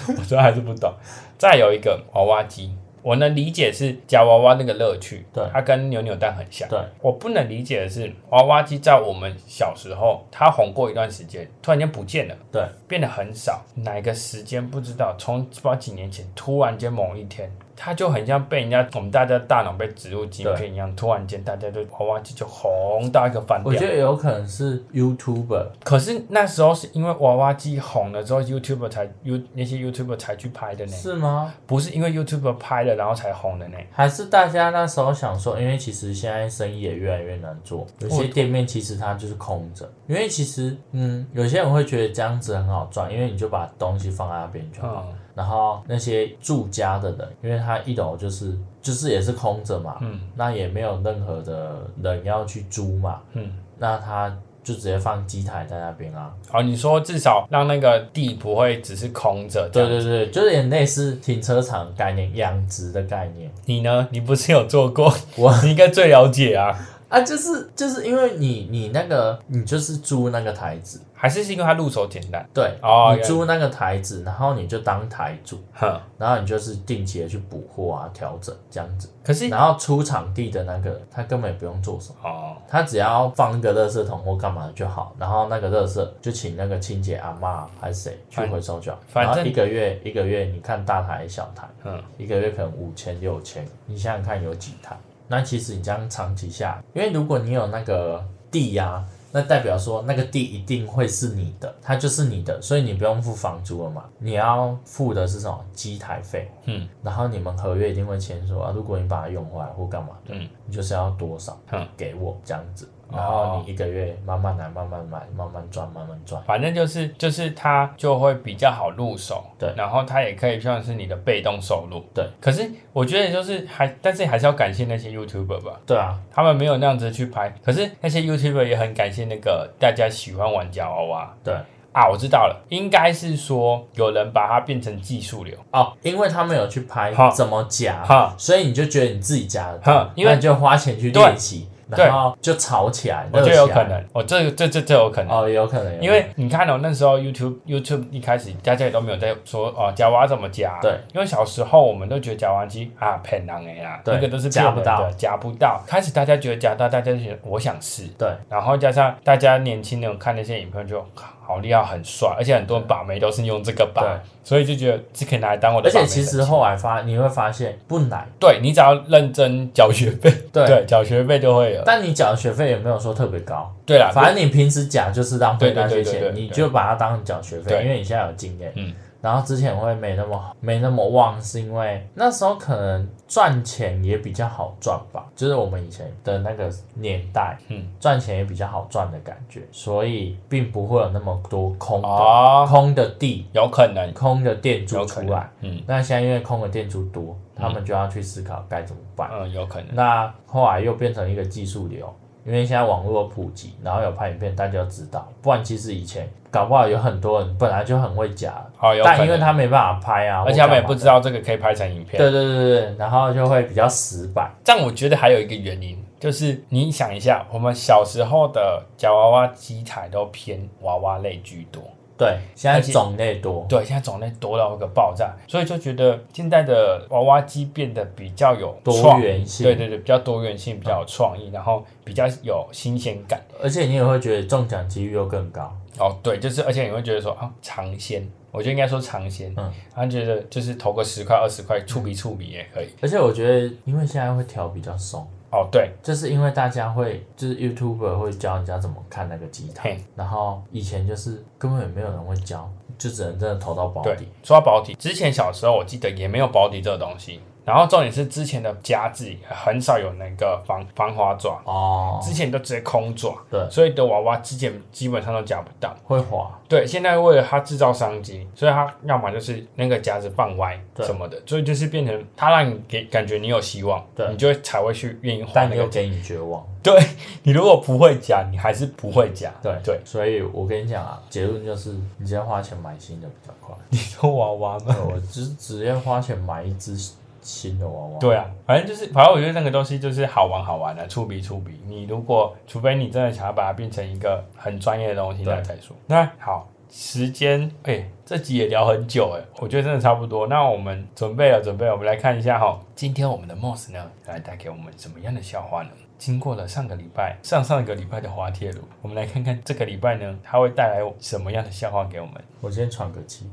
Speaker 1: 我真的还是不懂。再有一个娃娃机，我能理解是夹娃娃那个乐趣，
Speaker 2: 对
Speaker 1: 它跟扭扭蛋很像。
Speaker 2: 对，
Speaker 1: 我不能理解的是，娃娃机在我们小时候它红过一段时间，突然间不见了。
Speaker 2: 对，
Speaker 1: 变得很少，哪个时间不知道，从不知道几年前，突然间某一天，它就很像被人家我们大家大脑被植入晶片一样，突然间大家都娃娃机就红到一个翻
Speaker 2: 我
Speaker 1: 掉
Speaker 2: 觉。得有可能是 YouTuber，
Speaker 1: 可是那时候是因为娃娃机红了之后，YouTube 才 You 那些 YouTube 才去拍的呢，
Speaker 2: 是吗？
Speaker 1: 不是因为 YouTube 拍了然后才红的呢。
Speaker 2: 还是大家那时候想说，因为其实现在生意也越来越难做，有些店面其实它就是空着，因为其实嗯，有些人会觉得这样子很好赚，因为你就把东西放在那边就好。
Speaker 1: 嗯，
Speaker 2: 然后那些住家的人，因为他一楼就是就是也是空着嘛，
Speaker 1: 嗯，
Speaker 2: 那也没有任何的人要去租嘛，
Speaker 1: 嗯，
Speaker 2: 那他就直接放机台在那边啊。
Speaker 1: 哦，你说至少让那个地不会只是空着。
Speaker 2: 对
Speaker 1: 这样，
Speaker 2: 对对，就是也类似停车场概念、养殖的概念。
Speaker 1: 你呢？你不是有做过？
Speaker 2: 我
Speaker 1: 你应该最了解啊。
Speaker 2: 啊，就是就是因为你你那个你就是租那个台子，
Speaker 1: 还是是因为它入手简单。
Speaker 2: 对，
Speaker 1: 哦
Speaker 2: 你
Speaker 1: 原来
Speaker 2: 租那个台子，然后你就当台主，
Speaker 1: 哼，
Speaker 2: 然后你就是定期的去补货啊、调整这样子，
Speaker 1: 可是
Speaker 2: 然后出场地的那个他根本也不用做什么，
Speaker 1: 哦，
Speaker 2: 他只要放一个垃圾桶或干嘛就好，然后那个垃圾就请那个清洁阿嬷还是谁去
Speaker 1: 反
Speaker 2: 回收就好，
Speaker 1: 反
Speaker 2: 然后
Speaker 1: 正
Speaker 2: 一个月一个月你看大台还是小台，
Speaker 1: 嗯，
Speaker 2: 一个月可能五千六千，你想想看有几台？那其实你这样长期下来，因为如果你有那个地呀、那代表说那个地一定会是你的，它就是你的，所以你不用付房租了嘛。你要付的是什么机台费？
Speaker 1: 嗯，
Speaker 2: 然后你们合约一定会签说啊，如果你把它用坏或干嘛的，
Speaker 1: 嗯，
Speaker 2: 你就是要多少
Speaker 1: 嗯
Speaker 2: 给我这样子，
Speaker 1: 哦
Speaker 2: 然后你一个月慢慢来，慢慢买，慢慢赚，慢慢赚。
Speaker 1: 反正就是就是它就会比较好入手，
Speaker 2: 对
Speaker 1: 然后它也可以算是你的被动收入，
Speaker 2: 对。
Speaker 1: 可是我觉得就是还，但是还是要感谢那些 YouTuber 吧，
Speaker 2: 对啊，
Speaker 1: 他们没有那样子去拍，可是那些 YouTuber 也很感谢那个大家喜欢玩夹娃娃
Speaker 2: 对
Speaker 1: 啊，我知道了，应该是说有人把它变成技术流，
Speaker 2: 哦，因为他们有去拍
Speaker 1: 好
Speaker 2: 怎么夹，
Speaker 1: 哈，
Speaker 2: 啊所以你就觉得你自己家的
Speaker 1: 哼
Speaker 2: 大，
Speaker 1: 因为
Speaker 2: 那你就花钱去练习，
Speaker 1: 对
Speaker 2: 然后就吵起来，
Speaker 1: 我
Speaker 2: 热
Speaker 1: 觉
Speaker 2: 起
Speaker 1: 得
Speaker 2: 来
Speaker 1: 有可能，我这这这这有可能。
Speaker 2: 哦，有可能，有可能
Speaker 1: 因为你看哦，那时候 YouTube YouTube 一开始大家也都没有在说哦夹娃娃怎么夹，
Speaker 2: 对，
Speaker 1: 因为小时候我们都觉得夹娃娃机啊骗人的啦，
Speaker 2: 对
Speaker 1: 那个都是
Speaker 2: 夹不
Speaker 1: 骗人
Speaker 2: 到
Speaker 1: 的，夹不到。开始大家觉得夹到，大家就觉得我想试，
Speaker 2: 对
Speaker 1: 然后加上大家年轻人看那些影片就靠好厉害，很帅，而且很多人把妹都是用这个把
Speaker 2: 对，，
Speaker 1: 所以就觉得这可以拿来当我的
Speaker 2: 而
Speaker 1: 把妹
Speaker 2: 且
Speaker 1: 神器。
Speaker 2: 其实后来发你会发现不难，
Speaker 1: 对你只要认真缴学费，
Speaker 2: 对
Speaker 1: 对，缴学费就会有。
Speaker 2: 但你缴的学费也没有说特别高，
Speaker 1: 啊对啦，
Speaker 2: 反正你平时讲就是浪费
Speaker 1: 对对
Speaker 2: 那些
Speaker 1: 对对对
Speaker 2: 钱，
Speaker 1: 对
Speaker 2: 你就把它当缴学费，
Speaker 1: 对
Speaker 2: 因为你现在有经验。
Speaker 1: 嗯
Speaker 2: 然后之前会没那么没那么旺，是因为那时候可能赚钱也比较好赚吧，就是我们以前的那个年代，
Speaker 1: 嗯，
Speaker 2: 赚钱也比较好赚的感觉，所以并不会有那么多空的、
Speaker 1: 哦，
Speaker 2: 空的地、
Speaker 1: 有可能，
Speaker 2: 空的店主啊
Speaker 1: 有可
Speaker 2: 出
Speaker 1: 能
Speaker 2: 来。，
Speaker 1: 嗯
Speaker 2: 那现在因为空的店主多，他们就要去思考该怎么办。
Speaker 1: 嗯，有可能。
Speaker 2: 那后来又变成一个技术流，因为现在网络普及，然后有拍影片，大家就知道。不然其实以前搞不好有很多人本来就很会夹，
Speaker 1: 好，哦有可能。
Speaker 2: 但因为他没办法拍啊，
Speaker 1: 而且他们也
Speaker 2: 或
Speaker 1: 不
Speaker 2: 干嘛
Speaker 1: 知道这个可以拍成影片。
Speaker 2: 对对对对对，然后就会比较死板。
Speaker 1: 但我觉得还有一个原因，就是你想一下，我们小时候的夹娃娃机台都偏娃娃类居多，
Speaker 2: 对，现在
Speaker 1: 而且
Speaker 2: 种类多，
Speaker 1: 对，现在种类多到一个爆炸，所以就觉得现在的娃娃机变得比较有
Speaker 2: 多
Speaker 1: 创
Speaker 2: 元性，
Speaker 1: 对对对，比较多元性，比较有创意，然后比较有新鲜感。
Speaker 2: 而且你也会觉得中奖几率又更高，
Speaker 1: 哦，对，就是而且你会觉得说啊，尝鲜，我觉得应该说尝鲜，
Speaker 2: 嗯，
Speaker 1: 他觉得就是投个十块二十块，触笔触笔也可以。
Speaker 2: 而且我觉得因为现在会调比较松，
Speaker 1: 哦，对，
Speaker 2: 就是因为大家会就是 YouTuber 会教人家怎么看那个机台，
Speaker 1: 嘿，
Speaker 2: 然后以前就是根本也没有人会教，就只能真的投到保
Speaker 1: 对
Speaker 2: 底，，
Speaker 1: 说到保底，之前小时候我记得也没有保底这个东西，然后重点是之前的家制很少有那个防防滑爪，
Speaker 2: 哦，
Speaker 1: 之前都直接空爪，
Speaker 2: 对，
Speaker 1: 所以的娃娃之前基本上都夹不到。
Speaker 2: 会滑，
Speaker 1: 对，现在为了它制造商机，所以它要么就是那个夹子放歪
Speaker 2: 对
Speaker 1: 什么的，所以就是变成它让你给感觉你有希望，
Speaker 2: 对
Speaker 1: 你就会才会去愿意花
Speaker 2: 但
Speaker 1: 那
Speaker 2: 又
Speaker 1: 个。
Speaker 2: 给你绝望，
Speaker 1: 对你如果不会夹，你还是不会夹。
Speaker 2: 对
Speaker 1: 对，
Speaker 2: 所以我跟你讲啊，结论就是你直接花钱买新的比较 快，
Speaker 1: 你说娃娃吗？
Speaker 2: 对我只直接花钱买一只新的娃娃，
Speaker 1: 对啊，反正就是，反正我觉得那个东西就是好玩好玩的、触笔触笔。你如果除非你真的想要把它变成一个很专业的东西，
Speaker 2: 对
Speaker 1: 那再说。那好，时间哎、这集也聊很久哎、我觉得真的差不多。那我们准备了，准备了，我们来看一下哈，今天我们的 Moss 呢，来带给我们什么样的笑话呢？经过了上个礼拜、上上个礼拜的滑铁卢，我们来看看这个礼拜呢，它会带来什么样的笑话给我们？
Speaker 2: 我先喘个气。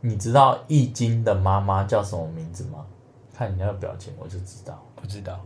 Speaker 2: 你知道《易经》的妈妈叫什么名字吗？看你那个表情，我就知道。
Speaker 1: 不知道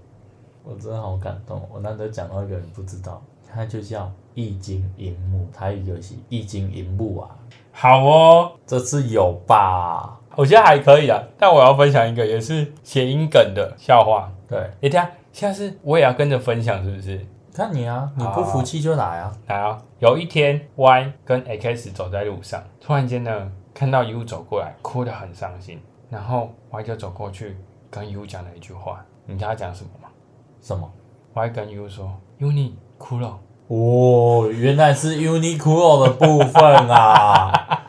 Speaker 2: 我真的好感动，我难得讲到一个人不知道，它就叫《易经银幕》，台语游戏《易经银幕》啊，
Speaker 1: 好哦，
Speaker 2: 这次有吧？
Speaker 1: 我觉得还可以啊，但我要分享一个也是谐音梗的笑话。
Speaker 2: 对，
Speaker 1: 诶，等一下，下次我也要跟着分享，是不是？
Speaker 2: 看你啊，你不服气就来啊，
Speaker 1: 来啊！有一天，Y 跟 X 走在路上，突然间呢，看到 U 走过来，哭得很伤心。然后 Y 就走过去跟 U 讲了一句话，你知道他讲什么吗
Speaker 2: 什么？
Speaker 1: ？Y 跟 U 说：“U 你哭了。
Speaker 2: 哦，原来是 Uniqlo 的部分啊！”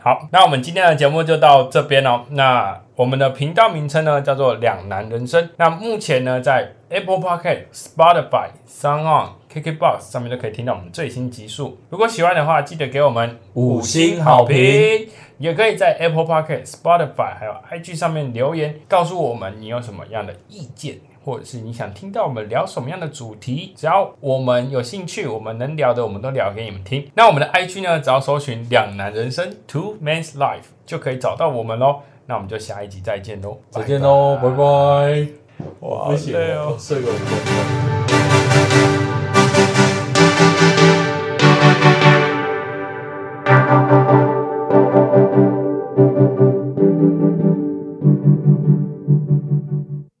Speaker 1: 好，那我们今天的节目就到这边哦。那我们的频道名称呢叫做“两难人生”。那目前呢在 Apple Podcast、Spotify、Sound On、KKBox 上面都可以听到我们最新集数。如果喜欢的话，记得给我们
Speaker 2: 五星好评，
Speaker 1: 也可以在 Apple Podcast、Spotify 还有 IG 上面留言，告诉我们你有什么样的意见。或者是你想听到我们聊什么样的主题，只要我们有兴趣，我们能聊的我们都聊给你们听。那我们的 IG 呢，只要搜寻“两男人生 Two Men's Life” 就可以找到我们喽。那我们就下一集再见喽，
Speaker 2: 再见喽，拜拜！
Speaker 1: 哇，
Speaker 2: 不行
Speaker 1: 好累哦。
Speaker 2: 睡个午
Speaker 1: 拜
Speaker 2: 觉。
Speaker 1: 拜。